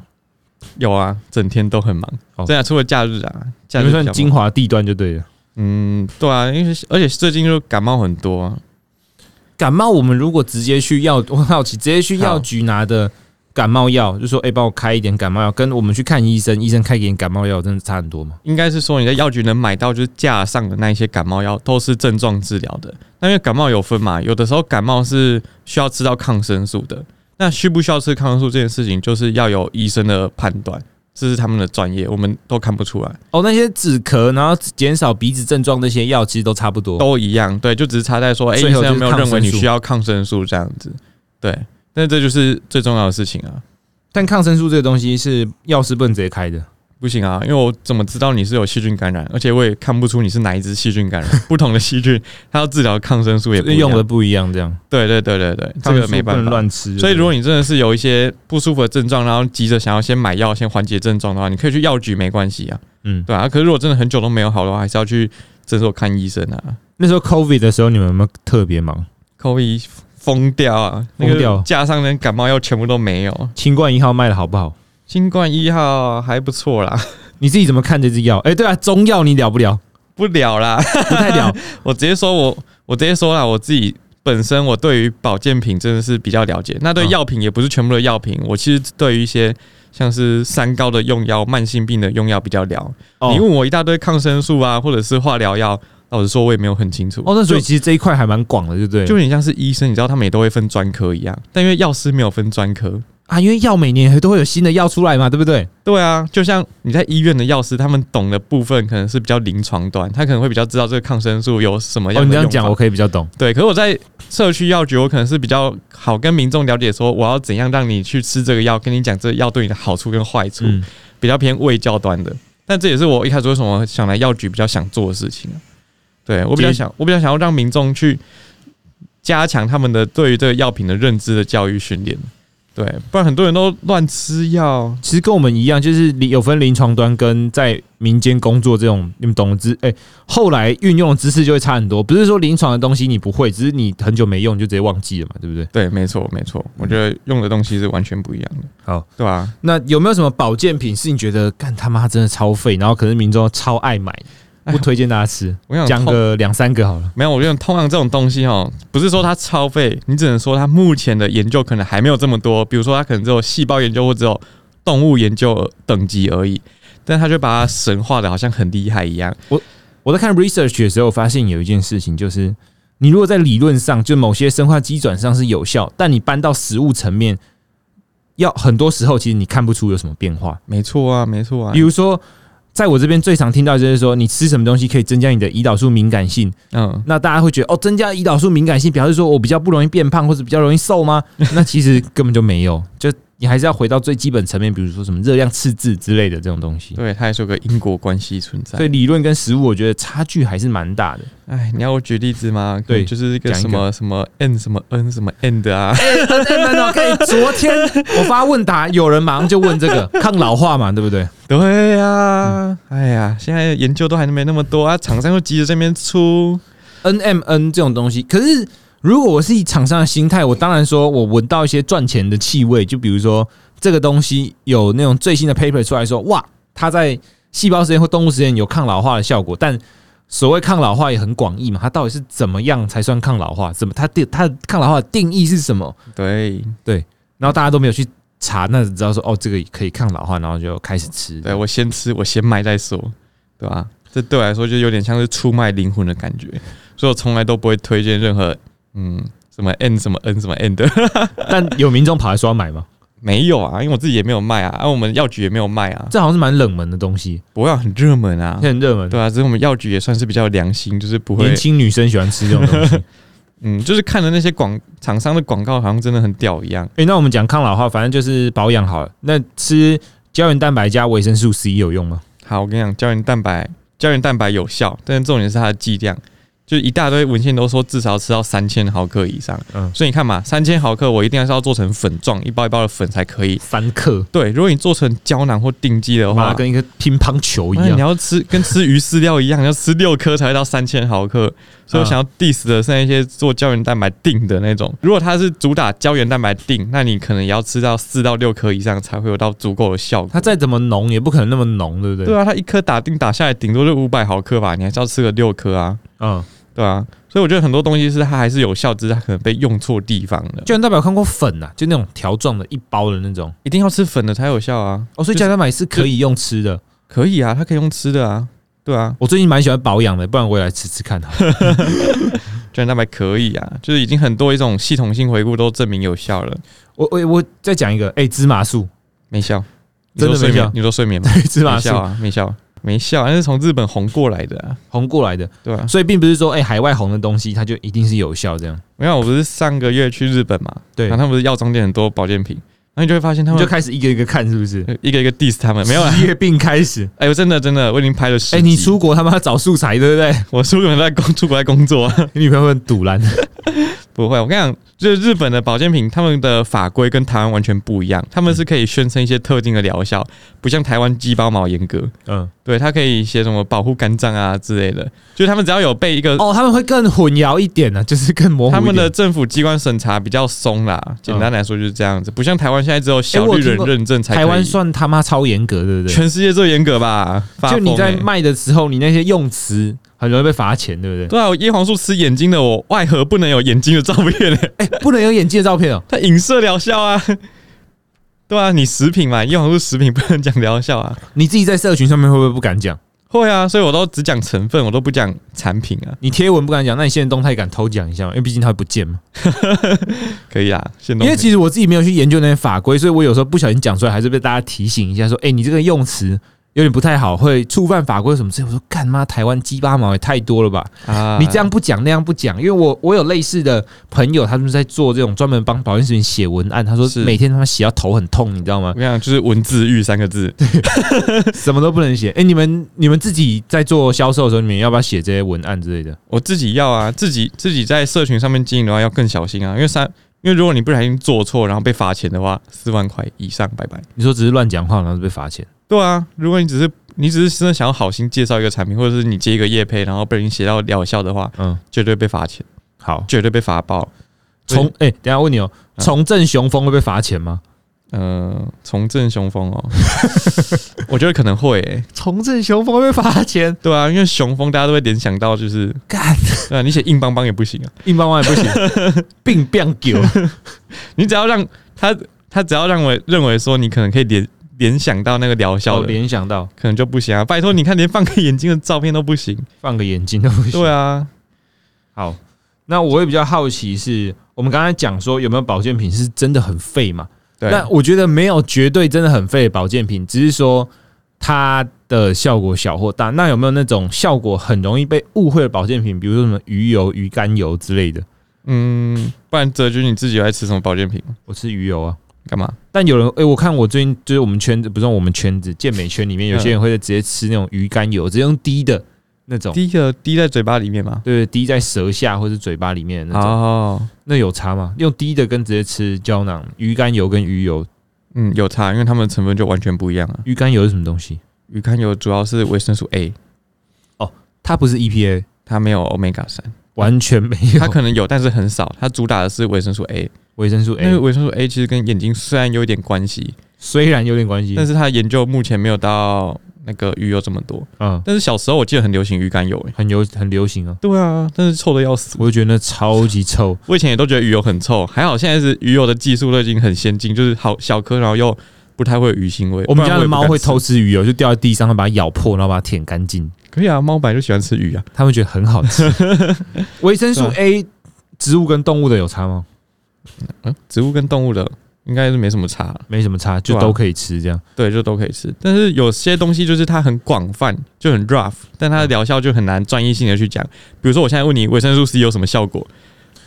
[SPEAKER 2] 有啊，整天都很忙，
[SPEAKER 1] 哦
[SPEAKER 2] 真的、除了假日啊，假
[SPEAKER 1] 你们
[SPEAKER 2] 日比较
[SPEAKER 1] 算
[SPEAKER 2] 忙
[SPEAKER 1] 精华地段就对了。
[SPEAKER 2] 嗯，对啊，因为而且最近就感冒很多、啊，
[SPEAKER 1] 感冒，我们如果直接去药，我很好奇，直接去药
[SPEAKER 2] 好
[SPEAKER 1] 局拿的感冒药，就说哎，帮、我开一点感冒药，跟我们去看医生，医生开给你感冒药，真的差很多吗？
[SPEAKER 2] 应该是说你在药局能买到就是架上的那一些感冒药都是症状治疗的。那因为感冒有分嘛，有的时候感冒是需要吃到抗生素的。那需不需要吃抗生素这件事情，就是要有医生的判断，这是他们的专业，我们都看不出来，
[SPEAKER 1] 哦，那些止咳，然后减少鼻子症状那些药，其实都差不多。
[SPEAKER 2] 都一样。对，就只是差在说，哎、
[SPEAKER 1] 最
[SPEAKER 2] 医
[SPEAKER 1] 后
[SPEAKER 2] 生有没有认为你
[SPEAKER 1] 就是抗生素
[SPEAKER 2] 需要抗生素这样子？对，那这就是最重要的事情啊。
[SPEAKER 1] 但抗生素这个东西是药师不能直接开的，
[SPEAKER 2] 不行啊，因为我怎么知道你是有细菌感染？而且我也看不出你是哪一只细菌感染。不同的细菌，它要治疗的抗生素也不一样
[SPEAKER 1] 用的不一样，这样
[SPEAKER 2] 对对对对对，这
[SPEAKER 1] 抗生
[SPEAKER 2] 个没
[SPEAKER 1] 素不
[SPEAKER 2] 办
[SPEAKER 1] 能
[SPEAKER 2] 法。
[SPEAKER 1] 乱吃。
[SPEAKER 2] 所以，
[SPEAKER 1] 果
[SPEAKER 2] 如果你真的是有一些不舒服的症状，然后急着想要先买药先缓解症状的话，你可以去药局没关系啊，
[SPEAKER 1] 嗯，
[SPEAKER 2] 对啊。可是如果真的很久都没有好的话，还是要去诊所看医生啊。
[SPEAKER 1] 那时候 COVID 的时候，你们有没有特别忙？
[SPEAKER 2] COVID 疯掉啊，那
[SPEAKER 1] 疯掉
[SPEAKER 2] 个加上连感冒药全部都没有。
[SPEAKER 1] 新冠一号卖的好不好？
[SPEAKER 2] 新冠一号还不错啦，
[SPEAKER 1] 你自己怎么看这支药？哎、对啊，中药你了不了？
[SPEAKER 2] 不了啦，
[SPEAKER 1] 不太 了。
[SPEAKER 2] 我直接说我我直接说啦，我自己。本身我对于保健品真的是比较了解，那对
[SPEAKER 1] 嗯
[SPEAKER 2] 药品也不是全部的药品，我其实对于一些像是三高的用药、慢性病的用药比较了。
[SPEAKER 1] 哦
[SPEAKER 2] 你问我一大堆抗生素啊，或者是化疗药，老实说我也没有很清楚。
[SPEAKER 1] 哦，那所以
[SPEAKER 2] 就
[SPEAKER 1] 其实这一块还蛮广的，对不对？
[SPEAKER 2] 就很像是医生，你知道他们也都会分专科一样，但因为药师没有分专科。
[SPEAKER 1] 啊，因为药每年都会有新的药出来嘛，对不对？
[SPEAKER 2] 对啊，就像你在医院的药师，他们懂的部分可能是比较临床端，他可能会比较知道这个抗生素有什么
[SPEAKER 1] 哦，
[SPEAKER 2] 样
[SPEAKER 1] 你这
[SPEAKER 2] 的用
[SPEAKER 1] 样
[SPEAKER 2] 法。
[SPEAKER 1] 讲，我可以比较懂。
[SPEAKER 2] 对，可是我在社区药局，我可能是比较好跟民众了解，说我要怎样让你去吃这个药，跟你讲这个药对你的好处跟坏处，
[SPEAKER 1] 嗯，
[SPEAKER 2] 比较偏卫教端的。但这也是我一开始为什么想来药局比较想做的事情啊。对我比较
[SPEAKER 1] 接
[SPEAKER 2] 想，我比较想要让民众去加强他们的对于这个药品的认知的教育训练。对，不然很多人都乱吃药。
[SPEAKER 1] 其实跟我们一样，就是临有分临床端跟在民间工作这种，你们懂的知，哎、后来运用的知识就会差很多。不是说临床的东西你不会，只是你很久没用你就直接忘记了嘛，对不对？
[SPEAKER 2] 对，没错，没错，我觉得用的东西是完全不一样的。
[SPEAKER 1] 好，
[SPEAKER 2] 对啊，
[SPEAKER 1] 那有没有什么保健品是你觉得干他妈真的超费，然后可是民众超爱买，
[SPEAKER 2] 哎
[SPEAKER 1] 不推荐大家吃？
[SPEAKER 2] 我想
[SPEAKER 1] 讲
[SPEAKER 2] 通
[SPEAKER 1] 个两三个好了。
[SPEAKER 2] 没有，我觉得通常这种东西哦，不是说它超费，你只能说它目前的研究可能还没有这么多，比如说它可能只有细胞研究或只有动物研究等级而已，但它就把它神化的好像很厉害一样。
[SPEAKER 1] 我在看 research 的时候，发现有一件事情，就是你如果在理论上，就某些生化机转上是有效，但你搬到实物层面，要很多时候其实你看不出有什么变化。
[SPEAKER 2] 没错啊，没错啊
[SPEAKER 1] 比，如说，在我这边最常听到就是说，你吃什么东西可以增加你的胰岛素敏感性。
[SPEAKER 2] 嗯，
[SPEAKER 1] 那大家会觉得哦，增加胰岛素敏感性表示说我比较不容易变胖或者比较容易瘦吗？那其实根本就没有，就你还是要回到最基本层面，比如说什么热量赤字之类的这种东西。
[SPEAKER 2] 对，它还是有个因果关系存在
[SPEAKER 1] 所。以理论跟实物，我觉得差距还是蛮大的。
[SPEAKER 2] 哎，你要我举例子吗？
[SPEAKER 1] 对
[SPEAKER 2] 可能就是一个
[SPEAKER 1] 讲一
[SPEAKER 2] 什么什么 n 什么 n 什么 n 的啊。
[SPEAKER 1] 哎，真的真的，可以。昨天我发问答，有人马上就问这个抗老化嘛，对不对？
[SPEAKER 2] 对呀、哎呀，现在研究都还没那么多啊，厂商又急着这边出，
[SPEAKER 1] N M N 这种东西，可是如果我是以厂商的心态，我当然说我闻到一些赚钱的气味，就比如说这个东西有那种最新的 paper 出来说，哇，它在细胞实验或动物实验有抗老化的效果，但所谓抗老化也很广义嘛，它到底是怎么样才算抗老化？怎么它定它的抗老化的定义是什么？
[SPEAKER 2] 对，
[SPEAKER 1] 然后大家都没有去查，那只知道说哦，这个可以抗老化，然后就开始吃。
[SPEAKER 2] 对我先吃，我先卖再说，对吧、这对我来说就有点像是出卖灵魂的感觉，所以我从来都不会推荐任何嗯什么 n 什么 n 什么 n 的，
[SPEAKER 1] 但有民众跑来说要买吗？
[SPEAKER 2] 没有啊，因为我自己也没有卖啊，啊，我们药局也没有卖啊，
[SPEAKER 1] 这好像是蛮冷门的东西，
[SPEAKER 2] 不要很热门啊，
[SPEAKER 1] 很热门，
[SPEAKER 2] 对啊，只是我们药局也算是比较良心，就是不会
[SPEAKER 1] 年轻女生喜欢吃这种东西。
[SPEAKER 2] 嗯，就是看了那些广厂商的广告，好像真的很屌一样。
[SPEAKER 1] 诶，那我们讲抗老化，反正就是保养好了。那吃胶原蛋白加维生素 C 有用吗？
[SPEAKER 2] 好，我跟你讲，胶原蛋白，胶原蛋白有效，但是重点是它的剂量，就一大堆文献都说至少要吃到三千毫克以上。
[SPEAKER 1] 嗯
[SPEAKER 2] 所以你看嘛，三千毫克我一定要是要做成粉状，一包一包的粉才可以。
[SPEAKER 1] 三克，
[SPEAKER 2] 对，如果你做成胶囊或定剂的
[SPEAKER 1] 妈
[SPEAKER 2] 话，
[SPEAKER 1] 跟一个乒乓球一
[SPEAKER 2] 哎你
[SPEAKER 1] 样。
[SPEAKER 2] 要吃跟吃鱼饲料一样，你要吃六颗才会到三千毫克。
[SPEAKER 1] 嗯
[SPEAKER 2] 所以我想要 diss 的是那些做胶原蛋白定的那种，如果它是主打胶原蛋白定，那你可能也要吃到四到六颗以上才会有到足够的效果。
[SPEAKER 1] 它再怎么浓，也不可能那么浓，对不对？
[SPEAKER 2] 对啊，它一颗打定打下来，顶多就五百毫克吧，你还是要吃个六颗啊，
[SPEAKER 1] 嗯，
[SPEAKER 2] 对啊。所以我觉得很多东西是它还是有效，只是它可能被用错地方了。
[SPEAKER 1] 胶原蛋白有看过粉呐、啊，就那种条状的，一包的那种。
[SPEAKER 2] 一定要吃粉的才有效啊，
[SPEAKER 1] 哦，所以胶原蛋白是可以用吃的。
[SPEAKER 2] 可以啊，它可以用吃的啊，对啊，
[SPEAKER 1] 我最近蛮喜欢保养的，不然我也来吃吃看好了。
[SPEAKER 2] 胶原蛋白可以啊，就是已经很多一种系统性回顾都证明有效了，
[SPEAKER 1] 我我我再讲一个，诶，哎芝麻素，
[SPEAKER 2] 没效，
[SPEAKER 1] 真的
[SPEAKER 2] 你说睡
[SPEAKER 1] 没效
[SPEAKER 2] 眠你说睡眠吗？
[SPEAKER 1] 芝麻
[SPEAKER 2] 没
[SPEAKER 1] 素
[SPEAKER 2] 效啊，没效，没效，那是从日本红过来的啊，
[SPEAKER 1] 红过来的，
[SPEAKER 2] 对啊，
[SPEAKER 1] 所以并不是说诶，哎海外红的东西它就一定是有效这样。
[SPEAKER 2] 没有，我不是上个月去日本嘛，
[SPEAKER 1] 对
[SPEAKER 2] 然后，他们不是药妆店很多保健品，然后你就会发现他
[SPEAKER 1] 你
[SPEAKER 2] 们
[SPEAKER 1] 就开始一个一个看是不是？
[SPEAKER 2] 一个一个 diss 他们，没有啊，
[SPEAKER 1] 职业病开始。
[SPEAKER 2] 哎、我真的真的，我已经拍了十。
[SPEAKER 1] 诶，哎你，出国他妈找素材对不对？
[SPEAKER 2] 我出国在工 出国在工作，啊
[SPEAKER 1] 你女朋友会很堵拦。
[SPEAKER 2] 不会。我跟你讲，就是日本的保健品，他们的法规跟台湾完全不一样，他们是可以宣称一些特定的疗效，不像台湾鸡包毛严格。
[SPEAKER 1] 嗯，
[SPEAKER 2] 对，它可以写什么保护肝脏啊之类的，就是他们只要有被一个、
[SPEAKER 1] 哦，他们会更混淆一点呢、啊就是更模糊一
[SPEAKER 2] 他
[SPEAKER 1] 点。
[SPEAKER 2] 们的政府机关审查比较松啦。简单来说就是这样子，不像台湾现在只有小
[SPEAKER 1] 哦哎我
[SPEAKER 2] 绿
[SPEAKER 1] 有听
[SPEAKER 2] 人
[SPEAKER 1] 过
[SPEAKER 2] 认证才可以
[SPEAKER 1] 台湾算他妈超严格，对不对？
[SPEAKER 2] 全世界最严格吧？发
[SPEAKER 1] 就你
[SPEAKER 2] 疯
[SPEAKER 1] 在
[SPEAKER 2] 欸
[SPEAKER 1] 卖的时候，你那些用词很容易被罚钱，对不对？
[SPEAKER 2] 对啊，我叶黄素吃眼睛的，我外盒不能有眼睛的照片、欸。
[SPEAKER 1] 哎、不能有眼睛的照片哦。
[SPEAKER 2] 它影射疗效啊， 对啊，你食品嘛，叶黄素食品不能讲疗效啊，
[SPEAKER 1] 你自己在社群上面会不会不敢讲？
[SPEAKER 2] 会啊，所以我都只讲成分，我都不讲产品啊，
[SPEAKER 1] 你贴文不敢讲，那你现在动态敢偷讲一下吗？因为毕竟它会不见嘛。
[SPEAKER 2] 可以啊，现
[SPEAKER 1] 因为其实我自己没有去研究那些法规，所以我有时候不小心讲出来，还是被大家提醒一下，说：“哎、你这个用词有点不太好，会触犯法规什么之类。”我说：“干妈，台湾鸡巴毛也太多了吧？”
[SPEAKER 2] 啊
[SPEAKER 1] 你这样不讲那样不讲，因为我我有类似的朋友，他们在做这种专门帮保健食品写文案，他说
[SPEAKER 2] 是
[SPEAKER 1] 每天他妈写到头很痛，你知道吗
[SPEAKER 2] 我？跟你讲，就是文字狱三 个字，
[SPEAKER 1] 什么都不能写。哎、你们你们自己在做销售的时候，你们要不要写这些文案之类的？
[SPEAKER 2] 我自己要啊，自己自己在社群上面经营的话要更小心啊，因为三，因为如果你不小心做错，然后被罚钱的话，四万块以上，拜拜。
[SPEAKER 1] 你说只是乱讲话，然后就被罚钱？
[SPEAKER 2] 对啊，如果你只是你只是真的想要好心介绍一个产品，或者是你接一个业配，然后被人写到疗效的话，
[SPEAKER 1] 嗯，
[SPEAKER 2] 绝对被罚钱，
[SPEAKER 1] 好，
[SPEAKER 2] 绝对被罚爆。
[SPEAKER 1] 从哎、等一下问你哦、
[SPEAKER 2] 嗯
[SPEAKER 1] 从政雄风会被罚钱吗？
[SPEAKER 2] 呃，重振雄风哦， 我觉得可能会、欸，
[SPEAKER 1] 从政雄风会被罚钱？
[SPEAKER 2] 对啊，因为雄风大家都会联想到就是，
[SPEAKER 1] 干，
[SPEAKER 2] 对啊，你写硬邦邦也不行啊，
[SPEAKER 1] 硬邦邦也不行， 病病狗。
[SPEAKER 2] 你只要让他他只要让我认为说你可能可以联联想到那个疗效
[SPEAKER 1] 我
[SPEAKER 2] 的，
[SPEAKER 1] 联想到
[SPEAKER 2] 可能就不行啊。拜托，你看连放个眼睛的照片都不行，
[SPEAKER 1] 放个眼睛都不行。
[SPEAKER 2] 对啊，
[SPEAKER 1] 好，那我也比较好奇是，我们刚才讲说有没有保健品是真的很废嘛？
[SPEAKER 2] 对，
[SPEAKER 1] 那我觉得没有绝对真的很废的保健品，只是说它的效果小或大。那有没有那种效果很容易被误会的保健品，比如说什么鱼油、鱼肝油之类的？
[SPEAKER 2] 嗯，不然哲君你自己有在吃什么保健品吗？
[SPEAKER 1] 我吃鱼油啊。
[SPEAKER 2] 干嘛？
[SPEAKER 1] 但有人哎、我看我最近就是我们圈子，不是我们圈子健美圈里面，有些人会直接吃那种鱼肝油，直接用滴的那种，
[SPEAKER 2] 滴个滴在嘴巴里面吗？
[SPEAKER 1] 对，滴在舌下或是嘴巴里面的那种。
[SPEAKER 2] 哦，
[SPEAKER 1] 那有差吗？用滴的跟直接吃胶囊，鱼肝油跟鱼油，
[SPEAKER 2] 嗯，有差，因为它们的成分就完全不一样啊。
[SPEAKER 1] 鱼肝油是什么东西？
[SPEAKER 2] 鱼肝油主要是维生素 A，
[SPEAKER 1] 它不是 EPA，
[SPEAKER 2] 它没有 omega 三，
[SPEAKER 1] 完全没
[SPEAKER 2] E 它
[SPEAKER 1] 有
[SPEAKER 2] 可能有，但是很少。它主打的是维生素 A，
[SPEAKER 1] 维生素
[SPEAKER 2] 那个
[SPEAKER 1] A，
[SPEAKER 2] 维生素 A 其实跟眼睛虽然有一点关系，
[SPEAKER 1] 虽然有点关系
[SPEAKER 2] 但，是它的研究目前没有到那个鱼油这么多。
[SPEAKER 1] 嗯，
[SPEAKER 2] 但是小时候我记得很流行鱼肝油、欸，
[SPEAKER 1] 很流很流行啊，
[SPEAKER 2] 对啊，但是臭的要死。
[SPEAKER 1] 我就觉得那超级臭，
[SPEAKER 2] 我以前也都觉得鱼油很臭，还好现在是鱼油的技术都已经很先进，就是好小颗，然后又不太会有鱼腥味。
[SPEAKER 1] 我们家
[SPEAKER 2] 不
[SPEAKER 1] 的
[SPEAKER 2] 然
[SPEAKER 1] 猫
[SPEAKER 2] 也不敢
[SPEAKER 1] 会
[SPEAKER 2] 吃
[SPEAKER 1] 偷，吃鱼哦油，就掉在地上，它把它咬破，然后把它舔干净，
[SPEAKER 2] 可以啊，猫本来就喜欢吃鱼啊。
[SPEAKER 1] 它们觉得很好 吃。维生素 A，植物跟动物的有差吗？
[SPEAKER 2] 嗯，植物跟动物的应该是没什么差，
[SPEAKER 1] 没什么差，就
[SPEAKER 2] 对啊
[SPEAKER 1] 都可以吃这样。
[SPEAKER 2] 对，就都可以吃。但是有些东西就是它很广泛，就很 rough，但它的疗效就很难专一性的去讲。比如说，我现在问你维生素 C 有什么效果，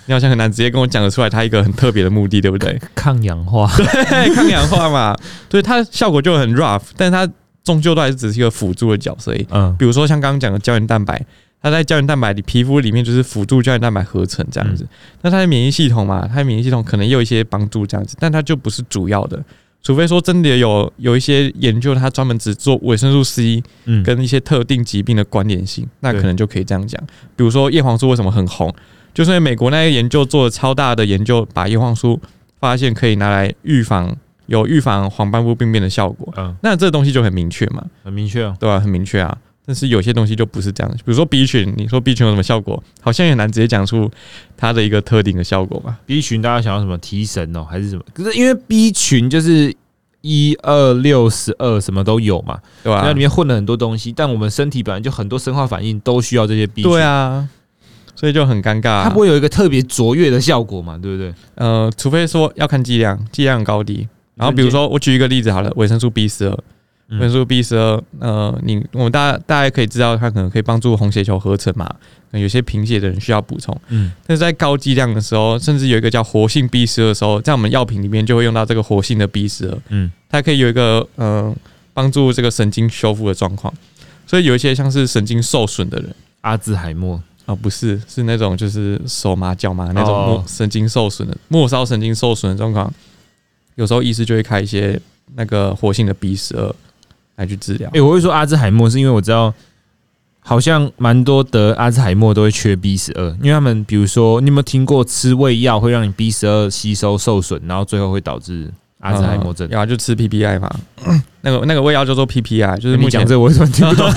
[SPEAKER 2] 你好像很难直接跟我讲得出来它一个很特别的目的，对不对？
[SPEAKER 1] 抗氧化，
[SPEAKER 2] 对，抗氧化嘛，对，它效果就很 rough，但它终究都还是只是一个辅助的角色而已。
[SPEAKER 1] 嗯
[SPEAKER 2] 比如说像刚刚讲的胶原蛋白，它在胶原蛋白里皮肤里面就是辅助胶原蛋白合成这
[SPEAKER 1] 嗯
[SPEAKER 2] 样子。那它的免疫系统嘛，它的免疫系统可能也有一些帮助这样子，但它就不是主要的。除非说真的有有一些研究，它专门只做维生素 C
[SPEAKER 1] 嗯，
[SPEAKER 2] 跟一些特定疾病的关联性，那
[SPEAKER 1] 对
[SPEAKER 2] 可能就可以这样讲。比如说叶黄素为什么很红，就是因为美国那个研究做了超大的研究，把叶黄素发现可以拿来预防有预防黄斑部病变的效果。
[SPEAKER 1] 嗯，
[SPEAKER 2] 那这东西就很明确嘛，
[SPEAKER 1] 很明确哦。
[SPEAKER 2] 对啊，很明确啊。但是有些东西就不是这样，比如说 B 群，你说 B 群有什么效果，好像也很难直接讲出它的一个特定的效果吧？
[SPEAKER 1] B 群大家想要什么提神哦，还是什么？可是因为 B 群就是一二六十二什么都有嘛，
[SPEAKER 2] 对吧、
[SPEAKER 1] 那里面混了很多东西，但我们身体本来就很多生化反应都需要这些 B 群，
[SPEAKER 2] 对，啊，所以就很尴尬、啊
[SPEAKER 1] 它不会有一个特别卓越的效果嘛，对不对？
[SPEAKER 2] 呃，除非说要看剂量，剂量高低。然后比如说，我举一个例子好了，维生素 B 十二，
[SPEAKER 1] 嗯
[SPEAKER 2] 维生素 B 十二，呃，你我们大大家可以知道，它可能可以帮助红血球合成嘛，可能有些贫血的人需要补充。
[SPEAKER 1] 嗯，
[SPEAKER 2] 但是在高剂量的时候，甚至有一个叫活性 B 十二的时候，在我们药品里面就会用到这个活性的 B 十二，
[SPEAKER 1] 嗯
[SPEAKER 2] 嗯，它可以有一个嗯帮助这个神经修复的状况，所以有一些像是神经受损的人
[SPEAKER 1] 阿兹海默，
[SPEAKER 2] 啊、不是是那种就是手麻脚麻那种
[SPEAKER 1] 哦
[SPEAKER 2] 末神经受损的末梢神经受损的状况，有时候医师就会开一些那个活性的 B 十二来去治疗
[SPEAKER 1] 哎、。我会说阿兹海默是因为我知道。好像蛮多得阿兹海默都会缺 B 十二，因为他们比如说，你有没有听过吃胃药会让你 B 十二吸收受损，然后最后会导致阿兹海默症？
[SPEAKER 2] 然后、啊就吃 PPI 嘛，那个那个胃药叫做 PPI，就
[SPEAKER 1] 欸
[SPEAKER 2] 是目
[SPEAKER 1] 你讲
[SPEAKER 2] 前
[SPEAKER 1] 这个我突然听不懂，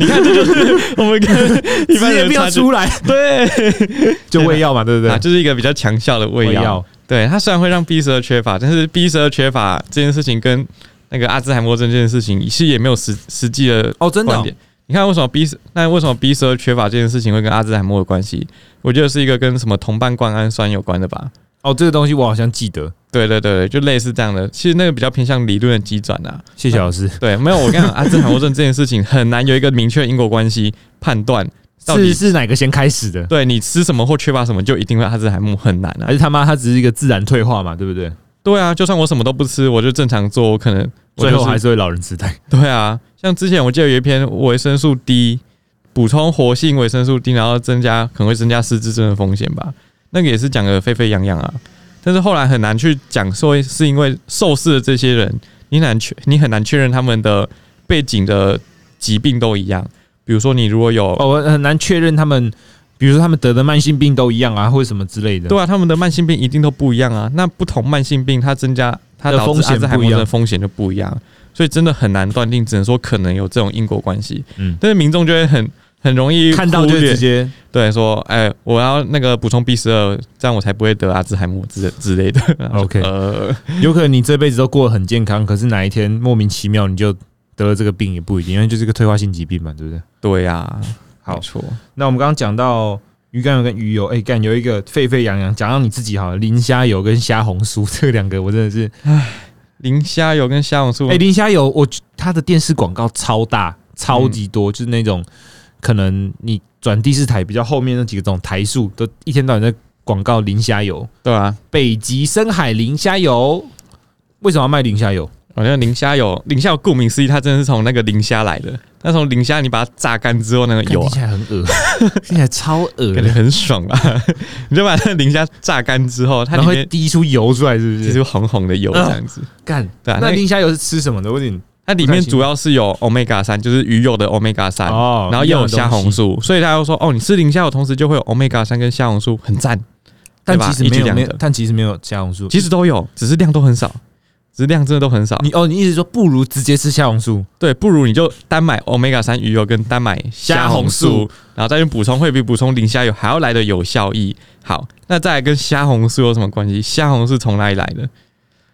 [SPEAKER 2] 你看这就是我们跟一般人的差距
[SPEAKER 1] 来，
[SPEAKER 2] 对，
[SPEAKER 1] 就胃药嘛，对不
[SPEAKER 2] 啊，
[SPEAKER 1] 对？
[SPEAKER 2] 就是一个比较强效的胃药。，对，它虽然会让 B 十二缺乏，但是 B 十二缺乏这件事情跟那个阿兹海默症这件事情，其实也没有实实际的
[SPEAKER 1] 哦，真的
[SPEAKER 2] 观
[SPEAKER 1] 哦
[SPEAKER 2] 点。你看为什么 B 那为什么 B 十二缺乏这件事情会跟阿兹海默有关系？我觉得是一个跟什么同伴胱氨酸有关的吧。
[SPEAKER 1] 哦，这个东西我好像记得，
[SPEAKER 2] 对对对，对就类似这样的。其实那个比较偏向理论的机转啊。
[SPEAKER 1] 谢谢老师。
[SPEAKER 2] 对，没有我跟你讲，阿兹海默症这件事情很难有一个明确的因果关系判断。到底
[SPEAKER 1] 是是哪个先开始的？
[SPEAKER 2] 对你吃什么或缺乏什么，就一定会阿兹海默很难啊
[SPEAKER 1] 还。是他妈他只是一个自然退化嘛，对不对？
[SPEAKER 2] 对啊，就算我什么都不吃，我就正常做，我可能我、就
[SPEAKER 1] 最后还
[SPEAKER 2] 是
[SPEAKER 1] 是会老人痴呆。
[SPEAKER 2] 对啊。像之前我记得有一篇维生素 D 补充活性维生素 D，然后增加可能会增加失智症的风险吧，那个也是讲的沸沸扬扬啊。但是后来很难去讲说是因为受试的这些人，你很难确你很难确认他们的背景的疾病都一样。比如说你如果有
[SPEAKER 1] 哦，我很难确认他们，比如说他们得的慢性病都一样啊，或者什么之类的。
[SPEAKER 2] 对啊，他们的慢性病一定都不一样啊。那不同慢性病，它增加它
[SPEAKER 1] 的
[SPEAKER 2] 导
[SPEAKER 1] 风
[SPEAKER 2] 致阿
[SPEAKER 1] 险
[SPEAKER 2] 兹海
[SPEAKER 1] 不一
[SPEAKER 2] 默症的
[SPEAKER 1] 样
[SPEAKER 2] 风险就不一样，所以真的很难断定，只能说可能有这种因果关系。
[SPEAKER 1] 嗯
[SPEAKER 2] 嗯，但是民众就会很很容易
[SPEAKER 1] 看到
[SPEAKER 2] 忽
[SPEAKER 1] 就
[SPEAKER 2] 略
[SPEAKER 1] 直接
[SPEAKER 2] 对说，哎、我要那个补充 B 十二，这样我才不会得啊阿兹海默之之类的。然后
[SPEAKER 1] OK
[SPEAKER 2] 呃，
[SPEAKER 1] 有可能你这辈子都过得很健康，可是哪一天莫名其妙你就得了这个病也不一定，因为就是个退化性疾病嘛，对不对？
[SPEAKER 2] 对呀、啊，
[SPEAKER 1] 好
[SPEAKER 2] 没错，
[SPEAKER 1] 那我们刚刚讲到鱼肝油跟鱼油，哎、干有一个沸沸扬扬，讲到你自己好了，磷虾油跟虾红素这两个，我真的是
[SPEAKER 2] 磷虾油跟虾红素
[SPEAKER 1] 哎、，林虾有我它的电视广告超大，超级
[SPEAKER 2] 嗯
[SPEAKER 1] 多，就是那种可能你转第四台比较后面那几个种台数，都一天到晚在广告林虾油，
[SPEAKER 2] 对啊，
[SPEAKER 1] 北极深海林虾油。为什么要卖林虾油？
[SPEAKER 2] 好像磷虾油，磷虾油顾名思义，它真的是从那个磷虾来的。那从磷虾你把它榨干之后，那个油
[SPEAKER 1] 看
[SPEAKER 2] 啊
[SPEAKER 1] 听，起来很恶，听起来超恶
[SPEAKER 2] 感觉
[SPEAKER 1] 的，
[SPEAKER 2] 很爽啊！ 你就把那个磷虾榨干之后，它
[SPEAKER 1] 然
[SPEAKER 2] 里
[SPEAKER 1] 后会嗯
[SPEAKER 2] 面
[SPEAKER 1] 滴出油出来，是不
[SPEAKER 2] 其
[SPEAKER 1] 是？
[SPEAKER 2] 实红红的油这样子。
[SPEAKER 1] 干，
[SPEAKER 2] 对啊，
[SPEAKER 1] 那
[SPEAKER 2] 那
[SPEAKER 1] 林虾油是吃什么的？我有点
[SPEAKER 2] 它里面主要是有 omega 三，就是鱼油的 omega 三，
[SPEAKER 1] 哦
[SPEAKER 2] 然后又有虾红，
[SPEAKER 1] 一样的东西
[SPEAKER 2] 素，所以大家又说哦，你吃磷虾油同时就会有 omega 三跟虾红素，很赞。
[SPEAKER 1] 但
[SPEAKER 2] 对吧
[SPEAKER 1] 其实
[SPEAKER 2] 一
[SPEAKER 1] 没
[SPEAKER 2] 举
[SPEAKER 1] 有，
[SPEAKER 2] 两
[SPEAKER 1] 没
[SPEAKER 2] 得
[SPEAKER 1] 有，但其实没有虾红素。
[SPEAKER 2] 其实都有，只是量都很少，只是量真的都很少。
[SPEAKER 1] 你哦，你意思说不如直接吃虾红素？
[SPEAKER 2] 对，不如你就单买 omega 三鱼油跟单买
[SPEAKER 1] 虾
[SPEAKER 2] 虾红
[SPEAKER 1] 红
[SPEAKER 2] 素，然后再去补充，会比补充磷虾油还要来的有效益。好，那再来跟虾红素有什么关系？虾红素从哪里来的？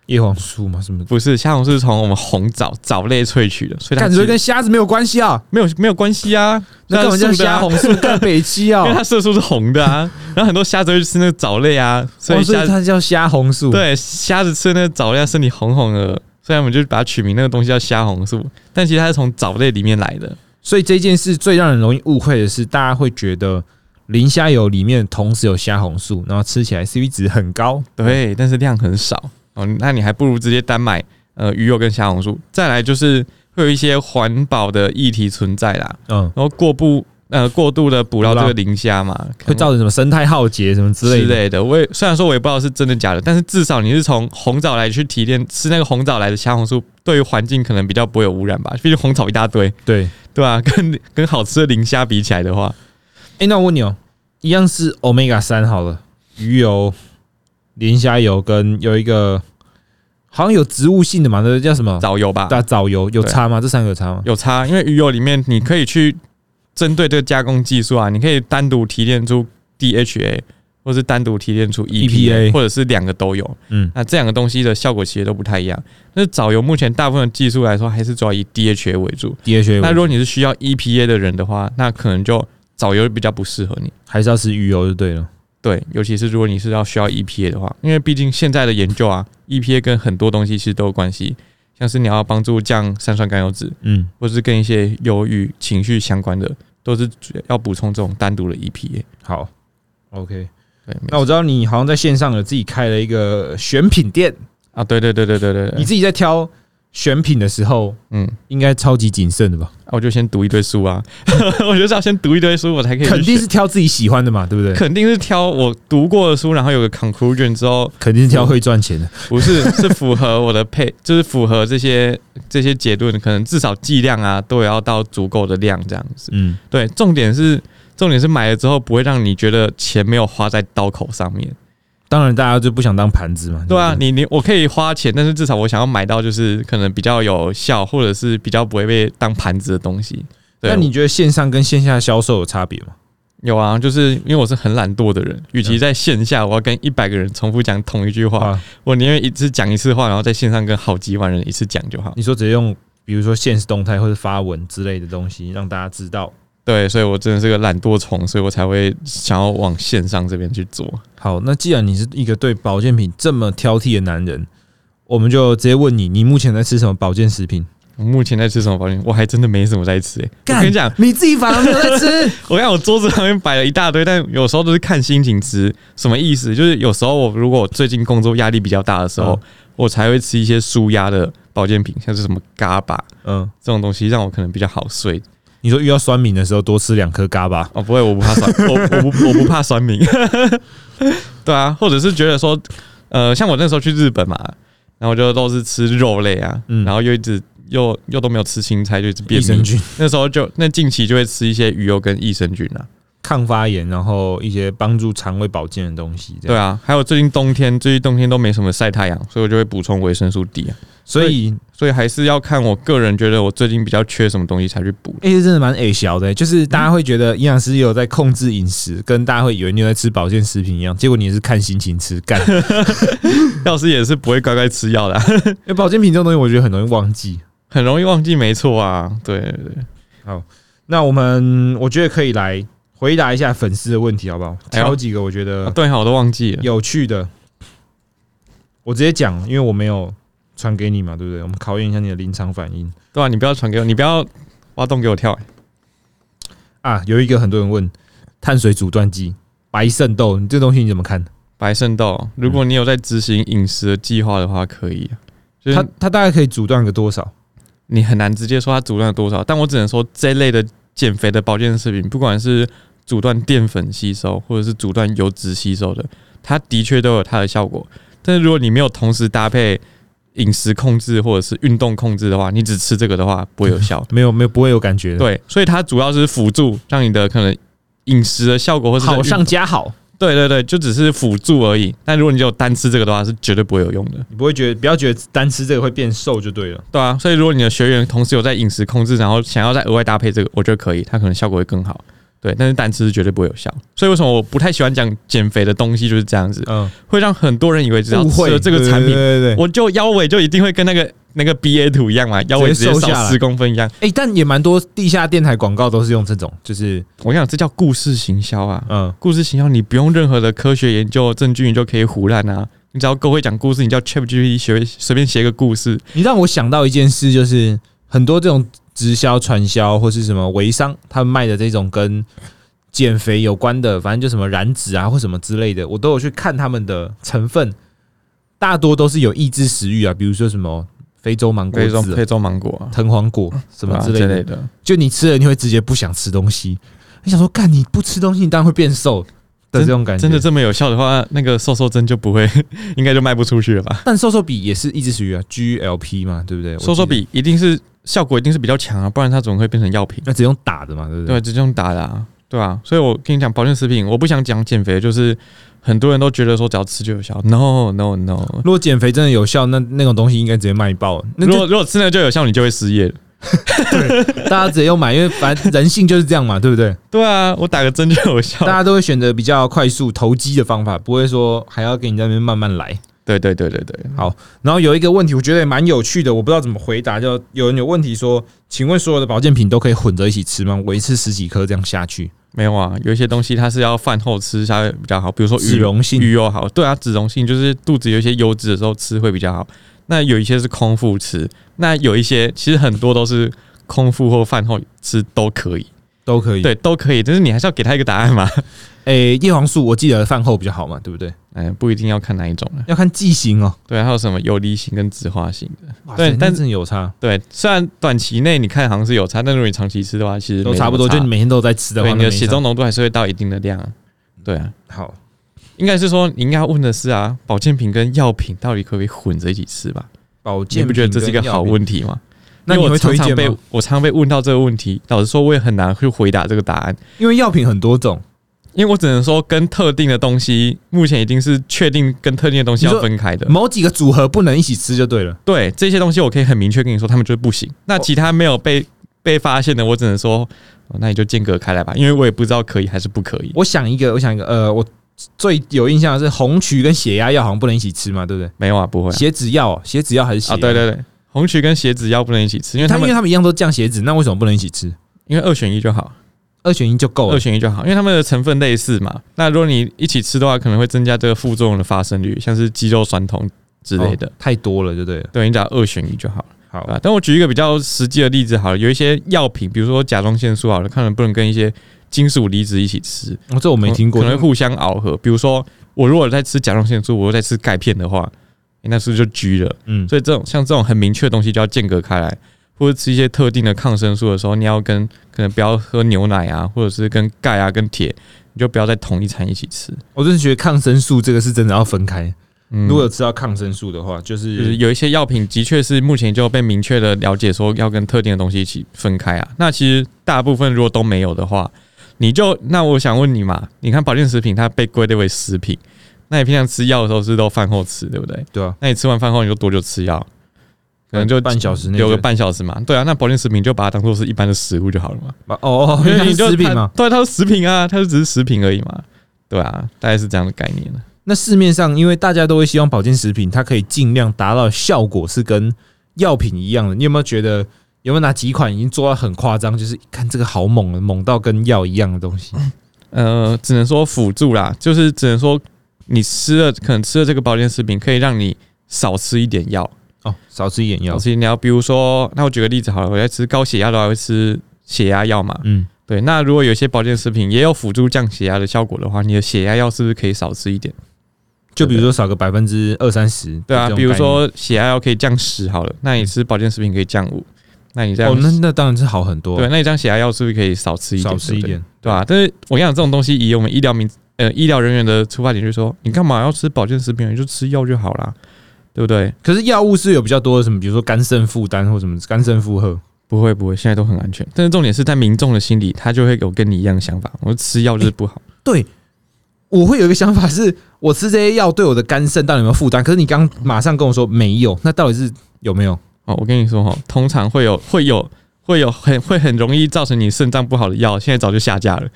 [SPEAKER 1] 叶黄素嘛，什么的？
[SPEAKER 2] 不是，虾红素是从我们红藻藻类萃取的，所以它
[SPEAKER 1] 感
[SPEAKER 2] 其
[SPEAKER 1] 觉
[SPEAKER 2] 实
[SPEAKER 1] 跟虾子没有关系啊，
[SPEAKER 2] 没有没有关系啊。
[SPEAKER 1] 那干嘛叫虾红素干北鸡啊
[SPEAKER 2] 因为？它色素是红 的啊，然后很多虾子会去吃那个藻类啊，所以
[SPEAKER 1] 哦所
[SPEAKER 2] 虾、
[SPEAKER 1] 以它叫虾红素。，
[SPEAKER 2] 对虾子吃那个藻类，它身体红红的，所以我们就把它取名那个东西叫虾红素，但其实它是从藻类里面来的。
[SPEAKER 1] 所以这件事最让人容易误会的是，大家会觉得磷虾油里面同时有虾红素，然后吃起来 CP 值很高。
[SPEAKER 2] 对，但是量很少哦，那你还不如直接单买呃鱼油跟虾红素。再来就是会有一些环保的议题存在啦，
[SPEAKER 1] 嗯，
[SPEAKER 2] 然后过不呃过度的捕捞这
[SPEAKER 1] 捕捞
[SPEAKER 2] 个磷虾嘛，
[SPEAKER 1] 会造成什么生态浩劫什么之类
[SPEAKER 2] 之
[SPEAKER 1] 的。
[SPEAKER 2] 类的。我也虽然说我也不知道是真的假的，但是至少你是从红枣来去提炼，吃那个红枣来的虾红素，对于环境可能比较不会有污染吧。毕竟红枣一大堆，
[SPEAKER 1] 对，
[SPEAKER 2] 对吧、 跟跟好吃的磷虾比起来的话，
[SPEAKER 1] 哎、那我问你哦，一样是 omega 三好了，鱼油、磷虾油跟有一个好像有植物性的嘛，那个叫什么？
[SPEAKER 2] 藻油吧
[SPEAKER 1] 大藻油有
[SPEAKER 2] 对
[SPEAKER 1] 差吗？这三个有差吗？
[SPEAKER 2] 有差，因为鱼油里面你可以去针对这个加工技术啊，你可以单独提炼出 DHA，或是单独提炼出
[SPEAKER 1] E
[SPEAKER 2] EPA，,
[SPEAKER 1] EPA
[SPEAKER 2] 或者是两个都有。
[SPEAKER 1] 嗯，
[SPEAKER 2] 那这两个东西的效果其实都不太一样。那藻油目前大部分的技术来说，还是主要以 DHA 为主。
[SPEAKER 1] ，DHA
[SPEAKER 2] 那如果你是需要 EPA 的人的话，那可能就藻油比较不适合你。
[SPEAKER 1] 还是要吃鱼油就对了。
[SPEAKER 2] 对，尤其是如果你是要需要 EPA 的话，因为毕竟现在的研究啊，EPA 跟很多东西其实都有关系，像是你要帮助降三酸甘油酯，
[SPEAKER 1] 嗯，
[SPEAKER 2] 或是跟一些忧郁情绪相关的，都是要补充这种单独的 E EPA。
[SPEAKER 1] 好，OK。
[SPEAKER 2] 对，没
[SPEAKER 1] 那我知道你好像在线上有自己开了一个选品店，
[SPEAKER 2] 啊，对对对对对对
[SPEAKER 1] 你
[SPEAKER 2] 对，
[SPEAKER 1] 自己在挑选品的时候，
[SPEAKER 2] 嗯，
[SPEAKER 1] 应该超级谨慎的吧？
[SPEAKER 2] 啊我就先读一堆书啊， 我就是要先读一堆书，我才可以去
[SPEAKER 1] 肯定
[SPEAKER 2] 选
[SPEAKER 1] 是挑自己喜欢的嘛，对不对？
[SPEAKER 2] 肯定是挑我读过的书，然后有个 conclusion 之后，
[SPEAKER 1] 肯定是挑会赚钱的。
[SPEAKER 2] 不是是符合我的配， 就是符合这些这些结论，可能至少剂量啊都也要到足够的量这样子。
[SPEAKER 1] 嗯，
[SPEAKER 2] 对，重点是重点是买了之后不会让你觉得钱没有花在刀口上面。
[SPEAKER 1] 嗯当然大家就不想当盘子嘛。
[SPEAKER 2] 对啊，
[SPEAKER 1] 不
[SPEAKER 2] 你你我可以花钱，但是至少我想要买到就是可能比较有效，或者是比较不会被当盘子的东西。对
[SPEAKER 1] 那你觉得线上跟线下销售有差别吗？
[SPEAKER 2] 有啊？就是因为我是很懒惰的人，与其在线下我要跟一百个人重复讲同一句话，
[SPEAKER 1] 嗯啊，
[SPEAKER 2] 我宁愿一次讲一次话，然后在线上跟好几万人一次讲就好。
[SPEAKER 1] 你说直接用，比如说现实动态或者发文之类的东西，让大家知道。
[SPEAKER 2] 对，所以我真的是个懒惰虫，所以我才会想要往线上这边去做。
[SPEAKER 1] 好，那既然你是一个对保健品这么挑剔的男人，我们就直接问你，你目前在吃什么保健食品？
[SPEAKER 2] 我目前在吃什么保健？我还真的没什么在吃、欸。我跟你讲，，
[SPEAKER 1] 你自己反而没有在吃。
[SPEAKER 2] 我看我桌子旁边摆了一大堆，但有时候都是看心情吃。什么意思？就是有时候我如果最近工作压力比较大的时候，
[SPEAKER 1] 嗯
[SPEAKER 2] 我才会吃一些舒压的保健品，像是什么嘎巴
[SPEAKER 1] 嗯，
[SPEAKER 2] 这种东西，让我可能比较好睡。
[SPEAKER 1] 你说遇到酸敏的时候多吃两颗嘎巴。
[SPEAKER 2] 哦，不会，我不怕酸， 我我不我不怕酸民。 对啊，或者是觉得说，呃，像我那时候去日本嘛，然后就都是吃肉类啊，
[SPEAKER 1] 嗯
[SPEAKER 2] 然后又一直又又都没有吃青菜，就一直
[SPEAKER 1] 益
[SPEAKER 2] 便
[SPEAKER 1] 生
[SPEAKER 2] 秘。
[SPEAKER 1] 菌、
[SPEAKER 2] 那时候就那近期就会吃一些鱼油跟益生菌啊。
[SPEAKER 1] 抗发炎，然后一些帮助肠胃保健的东西。
[SPEAKER 2] 对
[SPEAKER 1] 啊，
[SPEAKER 2] 啊，还有最近冬天，最近冬天都没什么晒太阳，所以我就会补充维生素 D 啊。
[SPEAKER 1] 所以
[SPEAKER 2] 所以还是要看我个人觉得我最近比较缺什么东西才去 补。
[SPEAKER 1] 哎、欸，真的蛮矮小的、就是大家会觉得营养师有在控制饮食，跟大家会以为你有在吃保健食品一样，结果你也是看心情吃 干。因
[SPEAKER 2] 药师也是不会乖乖吃药的啊、
[SPEAKER 1] 为保健品这种东西，我觉得很容易忘记。
[SPEAKER 2] 很容易忘记，没错啊。对对对，
[SPEAKER 1] 那我们我觉得可以来回答一下粉丝的问题，好不好？
[SPEAKER 2] 哎呦
[SPEAKER 1] 挑几个我觉
[SPEAKER 2] 啊
[SPEAKER 1] 得
[SPEAKER 2] 对哈，我都忘记了。
[SPEAKER 1] 有趣的，我直接讲，因为我没有传给你嘛，对不对？我们考验一下你的临场反应
[SPEAKER 2] 对啊，你不要传给我，你不要挖洞给我跳、欸
[SPEAKER 1] 啊。有一个很多人问，碳水阻断剂、白肾豆，你这东西你怎么看？
[SPEAKER 2] 白圣豆，如果你有在执行饮食的计划的话，可以、啊。就
[SPEAKER 1] 它
[SPEAKER 2] 是
[SPEAKER 1] 它大概可以阻断个多少？
[SPEAKER 2] 你很难直接说它阻断了多少，但我只能说这类的减肥的保健食品，不管是阻断淀粉吸收，或者是阻断油脂吸收的，它的确都有它的效果。但是如果你没有同时搭配饮食控制或者是运动控制的话，你只吃这个的话不会有
[SPEAKER 1] 。
[SPEAKER 2] 效
[SPEAKER 1] 没有没有不会有感觉的，
[SPEAKER 2] 对，所以它主要是辅助，让你的可能饮食的效果或是
[SPEAKER 1] 好上
[SPEAKER 2] 运
[SPEAKER 1] 加好。
[SPEAKER 2] 对对对，就只是辅助而已。但如果你只有单吃这个的话，是绝对不会有用的。
[SPEAKER 1] 你不会觉得不要觉得单吃这个会变瘦就对了。
[SPEAKER 2] 对啊，所以如果你的学员同时有在饮食控制，然后想要再额外搭配这个，我觉得可以，它可能效果会更好。对，但是单吃是绝对不会有效。所以为什么我不太喜欢讲减肥的东西就是这样子，
[SPEAKER 1] 嗯，
[SPEAKER 2] 会让很多人以为只要
[SPEAKER 1] 误
[SPEAKER 2] 吃
[SPEAKER 1] 会
[SPEAKER 2] 了这个产
[SPEAKER 1] 对
[SPEAKER 2] 品，
[SPEAKER 1] 对对对。
[SPEAKER 2] 我就腰围就一定会跟那个那个 B A 图一样嘛，腰围
[SPEAKER 1] 直
[SPEAKER 2] 直
[SPEAKER 1] 接
[SPEAKER 2] 接
[SPEAKER 1] 瘦下
[SPEAKER 2] 少
[SPEAKER 1] 来
[SPEAKER 2] 十公分一样。
[SPEAKER 1] 哎、但也蛮多地下电台广告都是用这种，就是
[SPEAKER 2] 我跟你讲，这叫故事行销啊！
[SPEAKER 1] 嗯，
[SPEAKER 2] 故事行销你不用任何的科学研究证据，你就可以胡乱啊。你只要够会讲故事，你叫 ChatGPT 学随便写一个故事，
[SPEAKER 1] 你让我想到一件事，就是很多这种直销、传销或是什么微商，他们卖的这种跟减肥有关的，反正就什么燃脂啊或什么之类的，我都有去看他们的成分，大多都是有抑制食欲啊，比如说什么非洲芒果
[SPEAKER 2] 可以种可
[SPEAKER 1] 籽、
[SPEAKER 2] 以种芒果啊，
[SPEAKER 1] 藤黄果什么
[SPEAKER 2] 对啊
[SPEAKER 1] 之类的，
[SPEAKER 2] 的。
[SPEAKER 1] 就你吃了你会直接不想吃东西，你想说干你不吃东西，你当然会变瘦的这种感觉，
[SPEAKER 2] 真的这么有效的话，那个瘦瘦针就不会， 应该就卖不出去了吧？
[SPEAKER 1] 但瘦瘦比也是抑制食欲啊，GLP 嘛，对不对？我记得
[SPEAKER 2] 瘦瘦笔一定是效果一定是比较强啊，不然它怎么会变成药品？
[SPEAKER 1] 那只用打的嘛，对不对？
[SPEAKER 2] 对，直接用打的、啊，对啊。所以我跟你讲，保健食品，我不想讲减肥，就是很多人都觉得说只要吃就有效，no no no。
[SPEAKER 1] 如果减肥真的有效，那那种东西应该直接卖爆，那
[SPEAKER 2] 如
[SPEAKER 1] 就
[SPEAKER 2] 果如果吃了就有效，你就会失业了。
[SPEAKER 1] 大家直接用买，因为反正人性就是这样嘛，对不 对？
[SPEAKER 2] 对啊，我打个针就有效
[SPEAKER 1] 大。家都会选择比较快速投机的方法，不会说还要给你在那边慢慢来。
[SPEAKER 2] 对对对对对，
[SPEAKER 1] 然后有一个问题，我觉得也蛮有趣的，我不知道怎么回答。就有人有问题说，请问所有的保健品都可以混着一起吃吗？我一次十几颗这样下去，
[SPEAKER 2] 没有啊，有一些东西它是要饭后吃才会比较好，比如说
[SPEAKER 1] 脂
[SPEAKER 2] 鱼
[SPEAKER 1] 溶性
[SPEAKER 2] 鱼油好，对啊，脂溶性就是肚子有一些油脂的时候吃会比较好。那有一些是空腹吃，那有一些其实很多都是空腹或饭后吃都可以，
[SPEAKER 1] 都可以。，
[SPEAKER 2] 对，都可以，但是你还是要给他一个答 案嘛。
[SPEAKER 1] 诶、叶黄素我记得饭后比较好嘛，对不对？
[SPEAKER 2] 嗯，不一定要看哪一种啊了。
[SPEAKER 1] 要看剂型哦。
[SPEAKER 2] 对，还有什么游离型跟酯化型的？
[SPEAKER 1] 哇
[SPEAKER 2] 对
[SPEAKER 1] 塞
[SPEAKER 2] 但
[SPEAKER 1] 那真的有差，
[SPEAKER 2] 对，虽然短期内你看好像是有差，但如果你长期吃的话，其实
[SPEAKER 1] 都
[SPEAKER 2] 没什么
[SPEAKER 1] 差不多，就
[SPEAKER 2] 哦差
[SPEAKER 1] 你每天都有在吃的话，
[SPEAKER 2] 对
[SPEAKER 1] 那
[SPEAKER 2] 你的
[SPEAKER 1] 没
[SPEAKER 2] 血
[SPEAKER 1] 差
[SPEAKER 2] 中浓度还是会到一定的量啊。对啊，
[SPEAKER 1] 好。
[SPEAKER 2] 应该是说你应该要问的是啊，保健品跟药品到底可不可以混着一起吃吧？
[SPEAKER 1] 保
[SPEAKER 2] 你
[SPEAKER 1] 健
[SPEAKER 2] 不觉得这是一个
[SPEAKER 1] 品跟药
[SPEAKER 2] 好
[SPEAKER 1] 品？
[SPEAKER 2] 问题吗？
[SPEAKER 1] 那
[SPEAKER 2] 因
[SPEAKER 1] 你
[SPEAKER 2] 为
[SPEAKER 1] 会
[SPEAKER 2] 我常
[SPEAKER 1] 推
[SPEAKER 2] 常
[SPEAKER 1] 荐
[SPEAKER 2] 被
[SPEAKER 1] 吗？
[SPEAKER 2] 我常被问到这个问题，老实说，我也很难去回答这个答案，
[SPEAKER 1] 因为药品很多种，
[SPEAKER 2] 因为我只能说跟特定的东西，目前一定是确定跟特定的东西
[SPEAKER 1] 你
[SPEAKER 2] 要
[SPEAKER 1] 说
[SPEAKER 2] 分开的。
[SPEAKER 1] 某几个组合不能一起吃就对了。
[SPEAKER 2] 对这些东西，我可以很明确跟你说，他们就是不
[SPEAKER 1] 哦
[SPEAKER 2] 行。那其他没有被被发现的，我只能说，哦那你就间隔开来吧，因为我也不知道可以还是不可以。
[SPEAKER 1] 我想一个，我想一个，呃，我最有印象的是红曲跟血压药好像不能一起吃嘛，对不对？
[SPEAKER 2] 没有啊，不会啊，
[SPEAKER 1] 血脂药哦，血脂药还是血
[SPEAKER 2] 啊
[SPEAKER 1] 压？
[SPEAKER 2] 对对对，红曲跟血脂药不能一起吃，因为
[SPEAKER 1] 他
[SPEAKER 2] 他
[SPEAKER 1] 们因为
[SPEAKER 2] 们
[SPEAKER 1] 他们一样都降血脂，那为什么不能一起吃？
[SPEAKER 2] 因为二选一就好。
[SPEAKER 1] 二选一就够
[SPEAKER 2] 二
[SPEAKER 1] 了。
[SPEAKER 2] 选一就好，因为它们的成分类似嘛。那如果你一起吃的话，可能会增加这个副作用的发生率，像是肌肉酸痛之类的。
[SPEAKER 1] 哦太多了就对了。
[SPEAKER 2] 对你只要二选一就好了
[SPEAKER 1] 好
[SPEAKER 2] 啊。但我举一个比较实际的例子好了，有一些药品，比如说甲状腺素好了，看能不能跟一些金属离子一起吃，
[SPEAKER 1] 哦这我没听过
[SPEAKER 2] 可，能会互相螯合。比如说我如果在吃甲状腺素，我又在吃钙片的话，诶那是不是就拘了？
[SPEAKER 1] 嗯，
[SPEAKER 2] 所以这种像这种很明确的东西就要间隔开来，或者吃一些特定的抗生素的时候，你要跟可能不要喝牛奶啊，或者是跟钙啊、跟铁，你就不要在同一餐一起吃。
[SPEAKER 1] 我真的觉得抗生素这个是真的要分开。
[SPEAKER 2] 嗯
[SPEAKER 1] 如果有吃到抗生素的话，就
[SPEAKER 2] 就是
[SPEAKER 1] 是
[SPEAKER 2] 有一些药品的确是目前就被明确的了解说要跟特定的东西一起分开啊。那其实大部分如果都没有的话，你就那我想问你嘛，你看保健食品它被归类为食品，那你平常吃药的时候是都饭后吃，对不对？
[SPEAKER 1] 对啊，
[SPEAKER 2] 那你吃完饭后你就多久吃药？可能就
[SPEAKER 1] 半小时内
[SPEAKER 2] 留个
[SPEAKER 1] 就
[SPEAKER 2] 半小时嘛。对啊，那保健食品就把它当做是一般的食物就好了嘛。
[SPEAKER 1] 哦哦，因为它是
[SPEAKER 2] 你就
[SPEAKER 1] 食品嘛。
[SPEAKER 2] 它对，它是食品啊，它就只是食品而已嘛。对啊，大概是这样的概念啊了。
[SPEAKER 1] 那市面上，因为大家都会希望保健食品，它可以尽量达到的效果是跟药品一样的。你有没有觉得有没有哪几款已经做到很夸张？就是看这个好猛啊，猛到跟药一样的东西。
[SPEAKER 2] 呃，只能说辅助啦，就是只能说你吃了，可能吃了这个保健食品，可以让你少吃一点药，
[SPEAKER 1] 哦，少吃一点药
[SPEAKER 2] 老。师，你要比如说，那我举个例子好了，我在吃高血压的话，会吃血压药嘛？
[SPEAKER 1] 嗯，
[SPEAKER 2] 对，那如果有些保健食品也有辅助降血压的效果的话，你的血压药是不是可以少吃一点？
[SPEAKER 1] 就比如说少个百分之二三十。
[SPEAKER 2] 对啊，
[SPEAKER 1] 这种
[SPEAKER 2] 比如
[SPEAKER 1] 概念嗯
[SPEAKER 2] 说血压药可以降十好了，那你吃保健食品可以降五，那你这样
[SPEAKER 1] 哦，那那当然是好很多，啊
[SPEAKER 2] 对，，那你这样血压药是不是可以少吃一点？
[SPEAKER 1] 少吃一
[SPEAKER 2] 对不对，
[SPEAKER 1] 点。
[SPEAKER 2] 对吧、但是我跟你讲，这种东西以我们医疗民呃医疗人员的出发点就是说，你干嘛要吃保健食品？你就吃药就好啦，对不对？
[SPEAKER 1] 可是药物是有比较多的什么，比如说肝肾负担或什么肝肾负荷。
[SPEAKER 2] 不会不会，现在都很安全。但是重点是在民众的心里，他就会有跟你一样的想法，我吃药就是不好。
[SPEAKER 1] 对，我会有一个想法是，我吃这些药对我的肝肾到底有没有负担？可是你刚马上跟我说没有，那到底是有没有？
[SPEAKER 2] 哦，我跟你说哦，通常会有会有会有很会很容易造成你肾脏不好的药，现在早就下架了，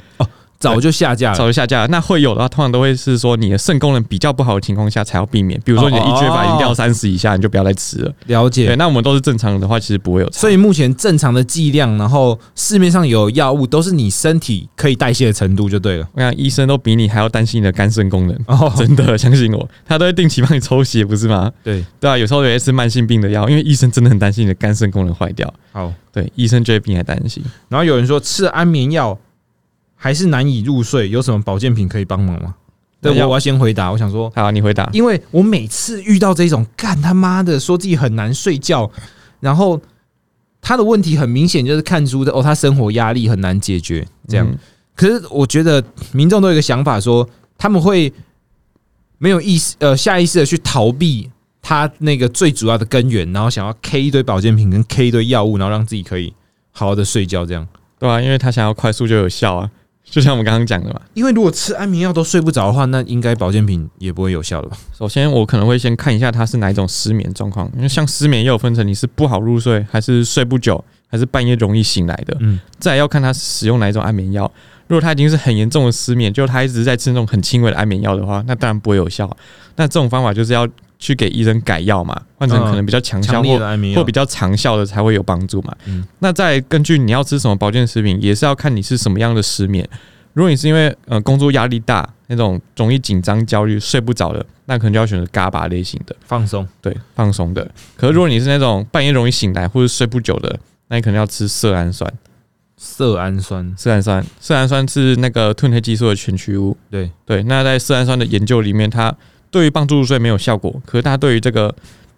[SPEAKER 1] 早就下架了。
[SPEAKER 2] 早就下架了。那会有的话，通常都会是说你的肾功能比较不好的情况下才要避免，比如说你的
[SPEAKER 1] 哦
[SPEAKER 2] EGFR 已经掉三十以下，你就不要再吃了。
[SPEAKER 1] 了
[SPEAKER 2] 对，
[SPEAKER 1] 解。
[SPEAKER 2] 那我们都是正常人的话，其实不会有差。
[SPEAKER 1] 所以目前正常的剂量，然后市面上有药物，都是你身体可以代谢的程度就对了。
[SPEAKER 2] 我想医生都比你还要担心你的肝肾功能，
[SPEAKER 1] 哦，
[SPEAKER 2] 真的相信我，他都会定期帮你抽血，不是吗？
[SPEAKER 1] 对，
[SPEAKER 2] 对啊，有时候有些是慢性病的药，因为医生真的很担心你的肝肾功能坏掉，
[SPEAKER 1] 好。
[SPEAKER 2] 对，医生就会比你还担心。
[SPEAKER 1] 然后有人说吃了安眠药还是难以入睡，有什么保健品可以帮忙吗？对，
[SPEAKER 2] 那要
[SPEAKER 1] 我我要先回答，我想说，
[SPEAKER 2] 好，你回答。
[SPEAKER 1] 因为我每次遇到这种干他妈的说自己很难睡觉，然后他的问题很明显就是看出的哦，他生活压力很难解决这样。
[SPEAKER 2] 嗯
[SPEAKER 1] 可是我觉得民众都有一个想法说，他们会没有意识呃下意识的去逃避他那个最主要的根源，然后想要 K 一堆保健品跟 K 一堆药物，然后让自己可以好好的睡觉这样。
[SPEAKER 2] 对啊，因为他想要快速就有效啊，就像我们刚刚讲的嘛。
[SPEAKER 1] 因为如果吃安眠药都睡不着的话，那应该保健品也不会有效了吧？
[SPEAKER 2] 首先，我可能会先看一下他是哪一种失眠状况，因为像失眠也有分成你是不好入睡，还是睡不久，还是半夜容易醒来的。
[SPEAKER 1] 嗯，
[SPEAKER 2] 再来要看他使用哪一种安眠药。如果他已经是很严重的失眠，就他一直在吃那种很轻微的安眠药的话，那当然不会有效。那这种方法就是要去给医生改药嘛，换成可能比较强
[SPEAKER 1] 嗯
[SPEAKER 2] 效
[SPEAKER 1] 强
[SPEAKER 2] 或
[SPEAKER 1] 烈的安眠
[SPEAKER 2] 或
[SPEAKER 1] 药
[SPEAKER 2] 比，较长效的才会有帮助嘛。
[SPEAKER 1] 嗯
[SPEAKER 2] 那再根据你要吃什么保健食品，也是要看你是什么样的失眠。如果你是因为呃工作压力大那种容易紧张焦虑睡不着的，那可能就要选择嘎巴类型的，
[SPEAKER 1] 放松
[SPEAKER 2] 对，放松的。可是如果你是那种半夜容易醒来或者睡不久的，那你可能要吃色氨酸。
[SPEAKER 1] 色氨酸，
[SPEAKER 2] 色氨酸，色氨酸是那个褪黑激素的前驱物。
[SPEAKER 1] 对，
[SPEAKER 2] 对，那在色氨酸的研究里面，它对于帮助入睡没有效果，可是它对于这个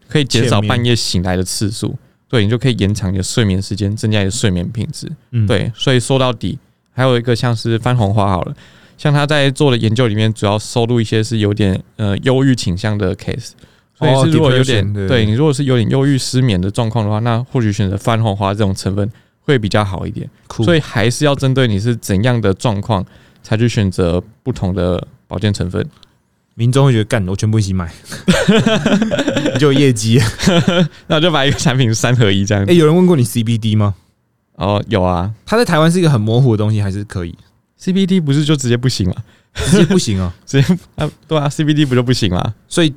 [SPEAKER 2] 可以减少
[SPEAKER 1] 浅眠
[SPEAKER 2] 半夜醒来的次数，对你就可以延长你的睡眠时间，增加你的睡眠品质。
[SPEAKER 1] 嗯，
[SPEAKER 2] 对，所以说到底，还有一个像是番红花好了，像他在做的研究里面，主要收录一些是有点呃忧郁倾向的 case。所以
[SPEAKER 1] 哦
[SPEAKER 2] 是如果有点、
[SPEAKER 1] depression，对
[SPEAKER 2] 对你如果是有点忧郁失眠的状况的话，那或许选择番红花这种成分会比较好一点。
[SPEAKER 1] 酷，
[SPEAKER 2] 所
[SPEAKER 1] 以
[SPEAKER 2] 以还是要针对你是怎样的状况，才去选择不同的保健成分。
[SPEAKER 1] 民众会觉得干，我全部一起买， 就有业 绩。哎、
[SPEAKER 2] 那我就把一个产品三合一这样。
[SPEAKER 1] 有人问过你 CBD 吗？
[SPEAKER 2] 哦，有啊
[SPEAKER 1] 它在台湾是一个很模糊的东西，还是可以？
[SPEAKER 2] ，CBD 不是就直接不行吗？
[SPEAKER 1] 直接不行 啊，
[SPEAKER 2] 直接啊，对啊，CBD 不就不行吗？
[SPEAKER 1] 所以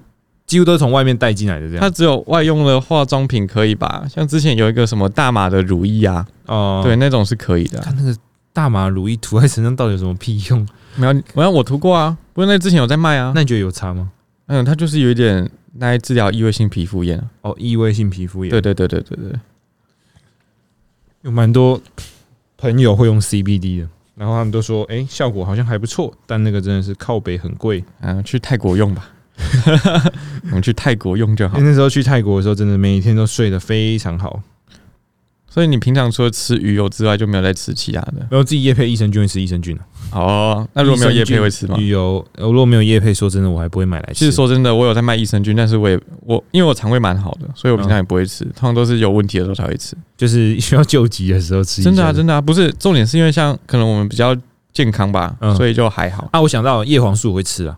[SPEAKER 1] 几乎都是从外面带进来的这样
[SPEAKER 2] 它。只有外用的化妆品可以吧？像之前有一个什么大码的乳液啊，
[SPEAKER 1] 哦、
[SPEAKER 2] 对，，那种是可以的啊。
[SPEAKER 1] 看那个大麻如意涂在身上到底有什么屁用？
[SPEAKER 2] 没有，没有，我涂过啊，不是那之前有在卖啊。
[SPEAKER 1] 那你觉得有差吗？
[SPEAKER 2] 嗯，它就是有一点来治疗异位性皮肤炎啊。
[SPEAKER 1] 哦，异位性皮肤炎，
[SPEAKER 2] 对对对对对对，
[SPEAKER 1] 有蛮多朋友会用 CBD 的，然后他们都说，哎、效果好像还不错，但那个真的是靠北很贵。
[SPEAKER 2] 嗯，去泰国用 吧，我们去泰国用就好
[SPEAKER 1] 因。为那时候去泰国的时候，真的每一天都睡得非常好，
[SPEAKER 2] 所以你平常除了吃鱼油之外，就没有再吃其他的。
[SPEAKER 1] 然后自己夜配益生菌会吃益生菌啊
[SPEAKER 2] 哦，那如果没有叶配会吃吗？
[SPEAKER 1] 鱼油，呃如果没有叶配，说真的，我还不会买来吃。
[SPEAKER 2] 其实说真的，我有在卖益生菌，但是我也我因为我肠胃蛮好的，所以我平常也不会吃，通常都是有问题的时候才会吃。
[SPEAKER 1] 就是 需要救急的时候吃一下。
[SPEAKER 2] 真的啊，真的啊，不是重点是因为像可能我们比较健康吧，
[SPEAKER 1] 嗯
[SPEAKER 2] 所以就还好。
[SPEAKER 1] 啊！我想到叶黄素我会吃啊，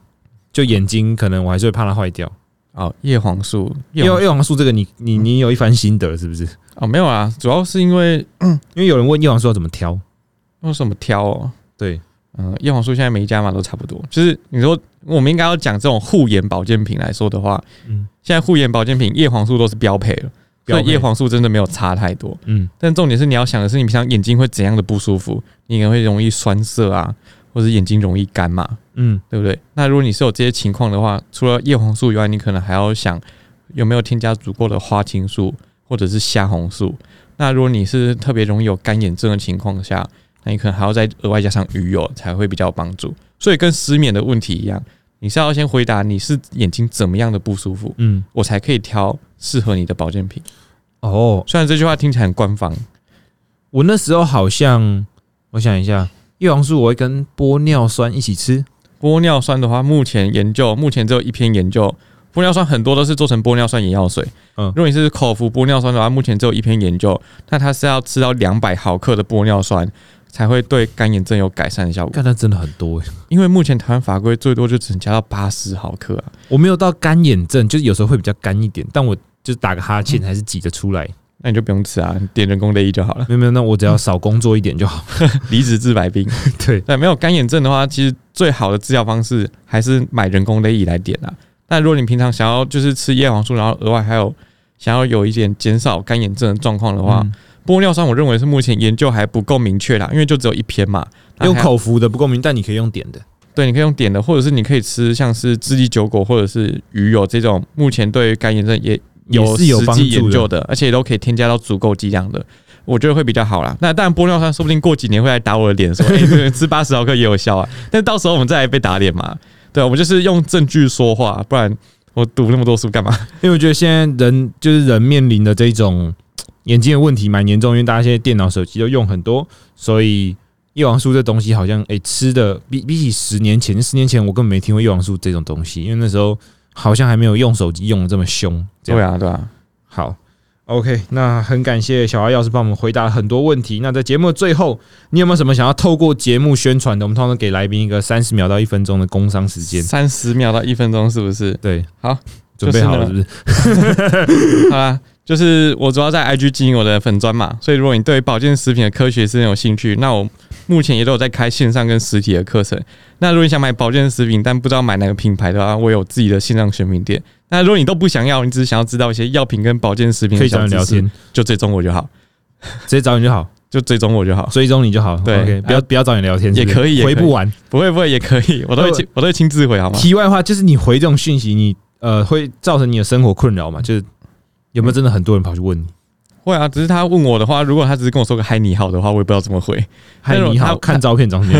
[SPEAKER 1] 就眼睛可能我还是会怕它坏掉。
[SPEAKER 2] 哦，叶黄素，嗯叶
[SPEAKER 1] 叶
[SPEAKER 2] 黄
[SPEAKER 1] 叶黄素这个你，你你有一番心得是不是？
[SPEAKER 2] 哦没有啊，主要是因为
[SPEAKER 1] 因为有人问叶黄素要怎么挑，
[SPEAKER 2] 用什么挑哦。
[SPEAKER 1] 对，
[SPEAKER 2] 嗯，叶黄素现在每一家嘛都差不多。就是你说我们应该要讲这种护眼保健品来说的话，
[SPEAKER 1] 嗯
[SPEAKER 2] 现在护眼保健品叶黄素都是标配了，所
[SPEAKER 1] 标
[SPEAKER 2] 以
[SPEAKER 1] 配
[SPEAKER 2] 叶黄素真的没有差太多。
[SPEAKER 1] 嗯，
[SPEAKER 2] 但重点是你要想的是，你平常眼睛会怎样的不舒服？你可能会容易酸涩啊，或者眼睛容易干嘛，
[SPEAKER 1] 嗯，
[SPEAKER 2] 对不对？那如果你是有这些情况的话，除了叶黄素以外，你可能还要想有没有添加足够的花青素或者是虾红素。那如果你是特别容易有干眼症的情况下，那你可能还要再额外加上鱼油才会比较有帮助。所以跟失眠的问题一样，你是要先回答你是眼睛怎么样的不舒服，
[SPEAKER 1] 嗯，
[SPEAKER 2] 我才可以挑适合你的保健品。
[SPEAKER 1] 哦，
[SPEAKER 2] 虽然这句话听起来很官方，
[SPEAKER 1] 我那时候好像，我想一下，叶黄素我会跟玻尿酸一起吃，
[SPEAKER 2] 玻尿酸的话，目前研究目前只有一篇研究，玻尿酸很多都是做成玻尿酸眼药水。
[SPEAKER 1] 嗯
[SPEAKER 2] 嗯，如果你是口服玻尿酸的话，目前只有一篇研究，那它是要吃到两百毫克的玻尿酸才会对干眼症有改善的效果。
[SPEAKER 1] 干那真的很多欸
[SPEAKER 2] 因为目前台湾法规最多就只能加到八十毫克啊。
[SPEAKER 1] 我没有到干眼症，就是有时候会比较干一点，但我就是打个哈
[SPEAKER 2] 嗯
[SPEAKER 1] 欠还是挤得出来。
[SPEAKER 2] 那你就不用吃啊，你点人工泪液就好了，
[SPEAKER 1] 没有没有，那我只要少工作一点就好。
[SPEAKER 2] 离子治百病。
[SPEAKER 1] 对，
[SPEAKER 2] 对，没有干眼症的话，其实最好的治疗方式还是买人工泪液来点啊。但如果你平常想要就是吃叶黄素，然后额外还有想要有一点减少干眼症的状况的话，
[SPEAKER 1] 嗯
[SPEAKER 2] 玻尿酸我认为是目前研究还不够明确啦，因为就只有一篇嘛。然 后
[SPEAKER 1] 用
[SPEAKER 2] 还
[SPEAKER 1] 口服的不够明，但你可以用点的。
[SPEAKER 2] 对，你可以用点的，或者是你可以吃像是智利酒果或者是鱼油这种，目前对于干眼症也
[SPEAKER 1] 也
[SPEAKER 2] 有
[SPEAKER 1] 是有
[SPEAKER 2] 实
[SPEAKER 1] 帮
[SPEAKER 2] 际
[SPEAKER 1] 助
[SPEAKER 2] 研
[SPEAKER 1] 的
[SPEAKER 2] 究的，而且都可以添加到足够剂量的，我觉得会比较好啦。那当然玻尿酸说不定过几年会来打我的 脸，说哎、这个吃八十毫克也有效啊，但到时候我们再来被打脸嘛。对，我们就是用证据说话，不然我读那么多书干嘛？
[SPEAKER 1] 因为我觉得现在人就是人面临的这种眼睛的问题蛮严重，因为大家现在电脑、手机都用很多，所以叶黄素这东西好像诶、吃的比比起十年前，十年前我根本没听过叶黄素这种东西，因为那时候好像还没有用手机用的这么凶。这样
[SPEAKER 2] 对啊，对啊，
[SPEAKER 1] 好，OK，那很感谢小阿药师帮我们回答了很多问题。那在节目的最后，你有没有什么想要透过节目宣传的？我们通常给来宾一个三十秒到一分钟的工商时间。
[SPEAKER 2] 三十秒到一分钟是不是？
[SPEAKER 1] 对，
[SPEAKER 2] 好，
[SPEAKER 1] 准备好了是
[SPEAKER 2] 就
[SPEAKER 1] 不是？
[SPEAKER 2] 好啦，就是我主要在 IG 经营我的粉砖嘛，所以如果你对保健食品的科学是很有兴趣，那我目前也都有在开线上跟实体的课程。那如果你想买保健食品，但不知道买哪个品牌的话，我有自己的线上选品店。那如果你都不想要，你只是想要知道一些药品跟保健食品
[SPEAKER 1] 可
[SPEAKER 2] 的
[SPEAKER 1] 以找
[SPEAKER 2] 小
[SPEAKER 1] 你
[SPEAKER 2] 知
[SPEAKER 1] 聊
[SPEAKER 2] 识，
[SPEAKER 1] 天，
[SPEAKER 2] 就追踪我就好，
[SPEAKER 1] 直接找你就好，
[SPEAKER 2] 就追踪我就好。
[SPEAKER 1] 追踪你就好。
[SPEAKER 2] 对啊
[SPEAKER 1] o k 不要、不要找你聊天，
[SPEAKER 2] 也
[SPEAKER 1] 是不是
[SPEAKER 2] 可以也可以
[SPEAKER 1] 回不完。
[SPEAKER 2] 不会不会也可以，我都会亲我都会亲自回 好吗？
[SPEAKER 1] 题外话就是你回这种讯息，你呃会造成你的生活困扰嘛？就是有没有真的很多人跑去问你？
[SPEAKER 2] 会啊，只是他问我的话，如果他只是跟我说个嗨你好的话，我也不知道怎么回。
[SPEAKER 1] 嗨，
[SPEAKER 2] 但是
[SPEAKER 1] 你
[SPEAKER 2] 他
[SPEAKER 1] 好，看照片长什么 样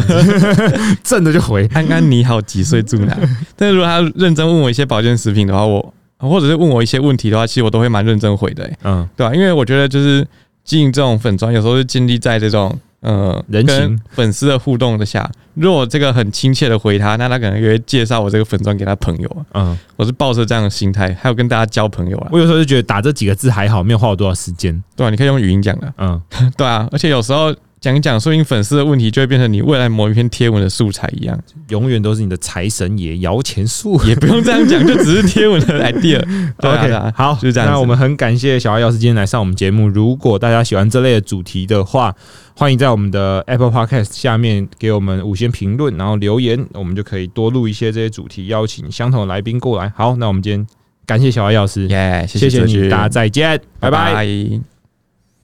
[SPEAKER 1] 子？正的就回。
[SPEAKER 2] 安安你好，几岁住 哪？但是如果他认真问我一些保健食品的话，我或者是问我一些问题的话，其实我都会蛮认真回的、欸，
[SPEAKER 1] 嗯，
[SPEAKER 2] 对吧、因为我觉得就是经营这种粉砖，有时候是建立在这种呃
[SPEAKER 1] 人情
[SPEAKER 2] 跟粉丝的互动的下。如果这个很亲切的回他，那他可能也会介绍我这个粉砖给他朋友啊。
[SPEAKER 1] 嗯，
[SPEAKER 2] 我是抱着这样的心态，还有跟大家交朋友啊，
[SPEAKER 1] 我有时候就觉得打这几个字还好，没有花我多少时间。
[SPEAKER 2] 对吧、你可以用语音讲啊，
[SPEAKER 1] 嗯，
[SPEAKER 2] 对啊。而且有时候讲一讲，说不定粉丝的问题就会变成你未来某一篇贴文的素材一样。
[SPEAKER 1] 永远都是你的财神爷摇钱树。
[SPEAKER 2] 也不用这样讲，就只是贴文的 idea。对啊对啊
[SPEAKER 1] 好，
[SPEAKER 2] 就是这样子。
[SPEAKER 1] 那我们很感谢小爱药师今天来上我们节目。如果大家喜欢这类的主题的话，欢迎在我们的 Apple Podcast 下面给我们五星评论，然后留言，我们就可以多录一些这些主题，邀请相同的来宾过来。好，那我们今天感谢小爱药师，
[SPEAKER 2] 耶
[SPEAKER 1] 谢谢
[SPEAKER 2] 哲君
[SPEAKER 1] 你，大家再见，拜拜
[SPEAKER 2] 拜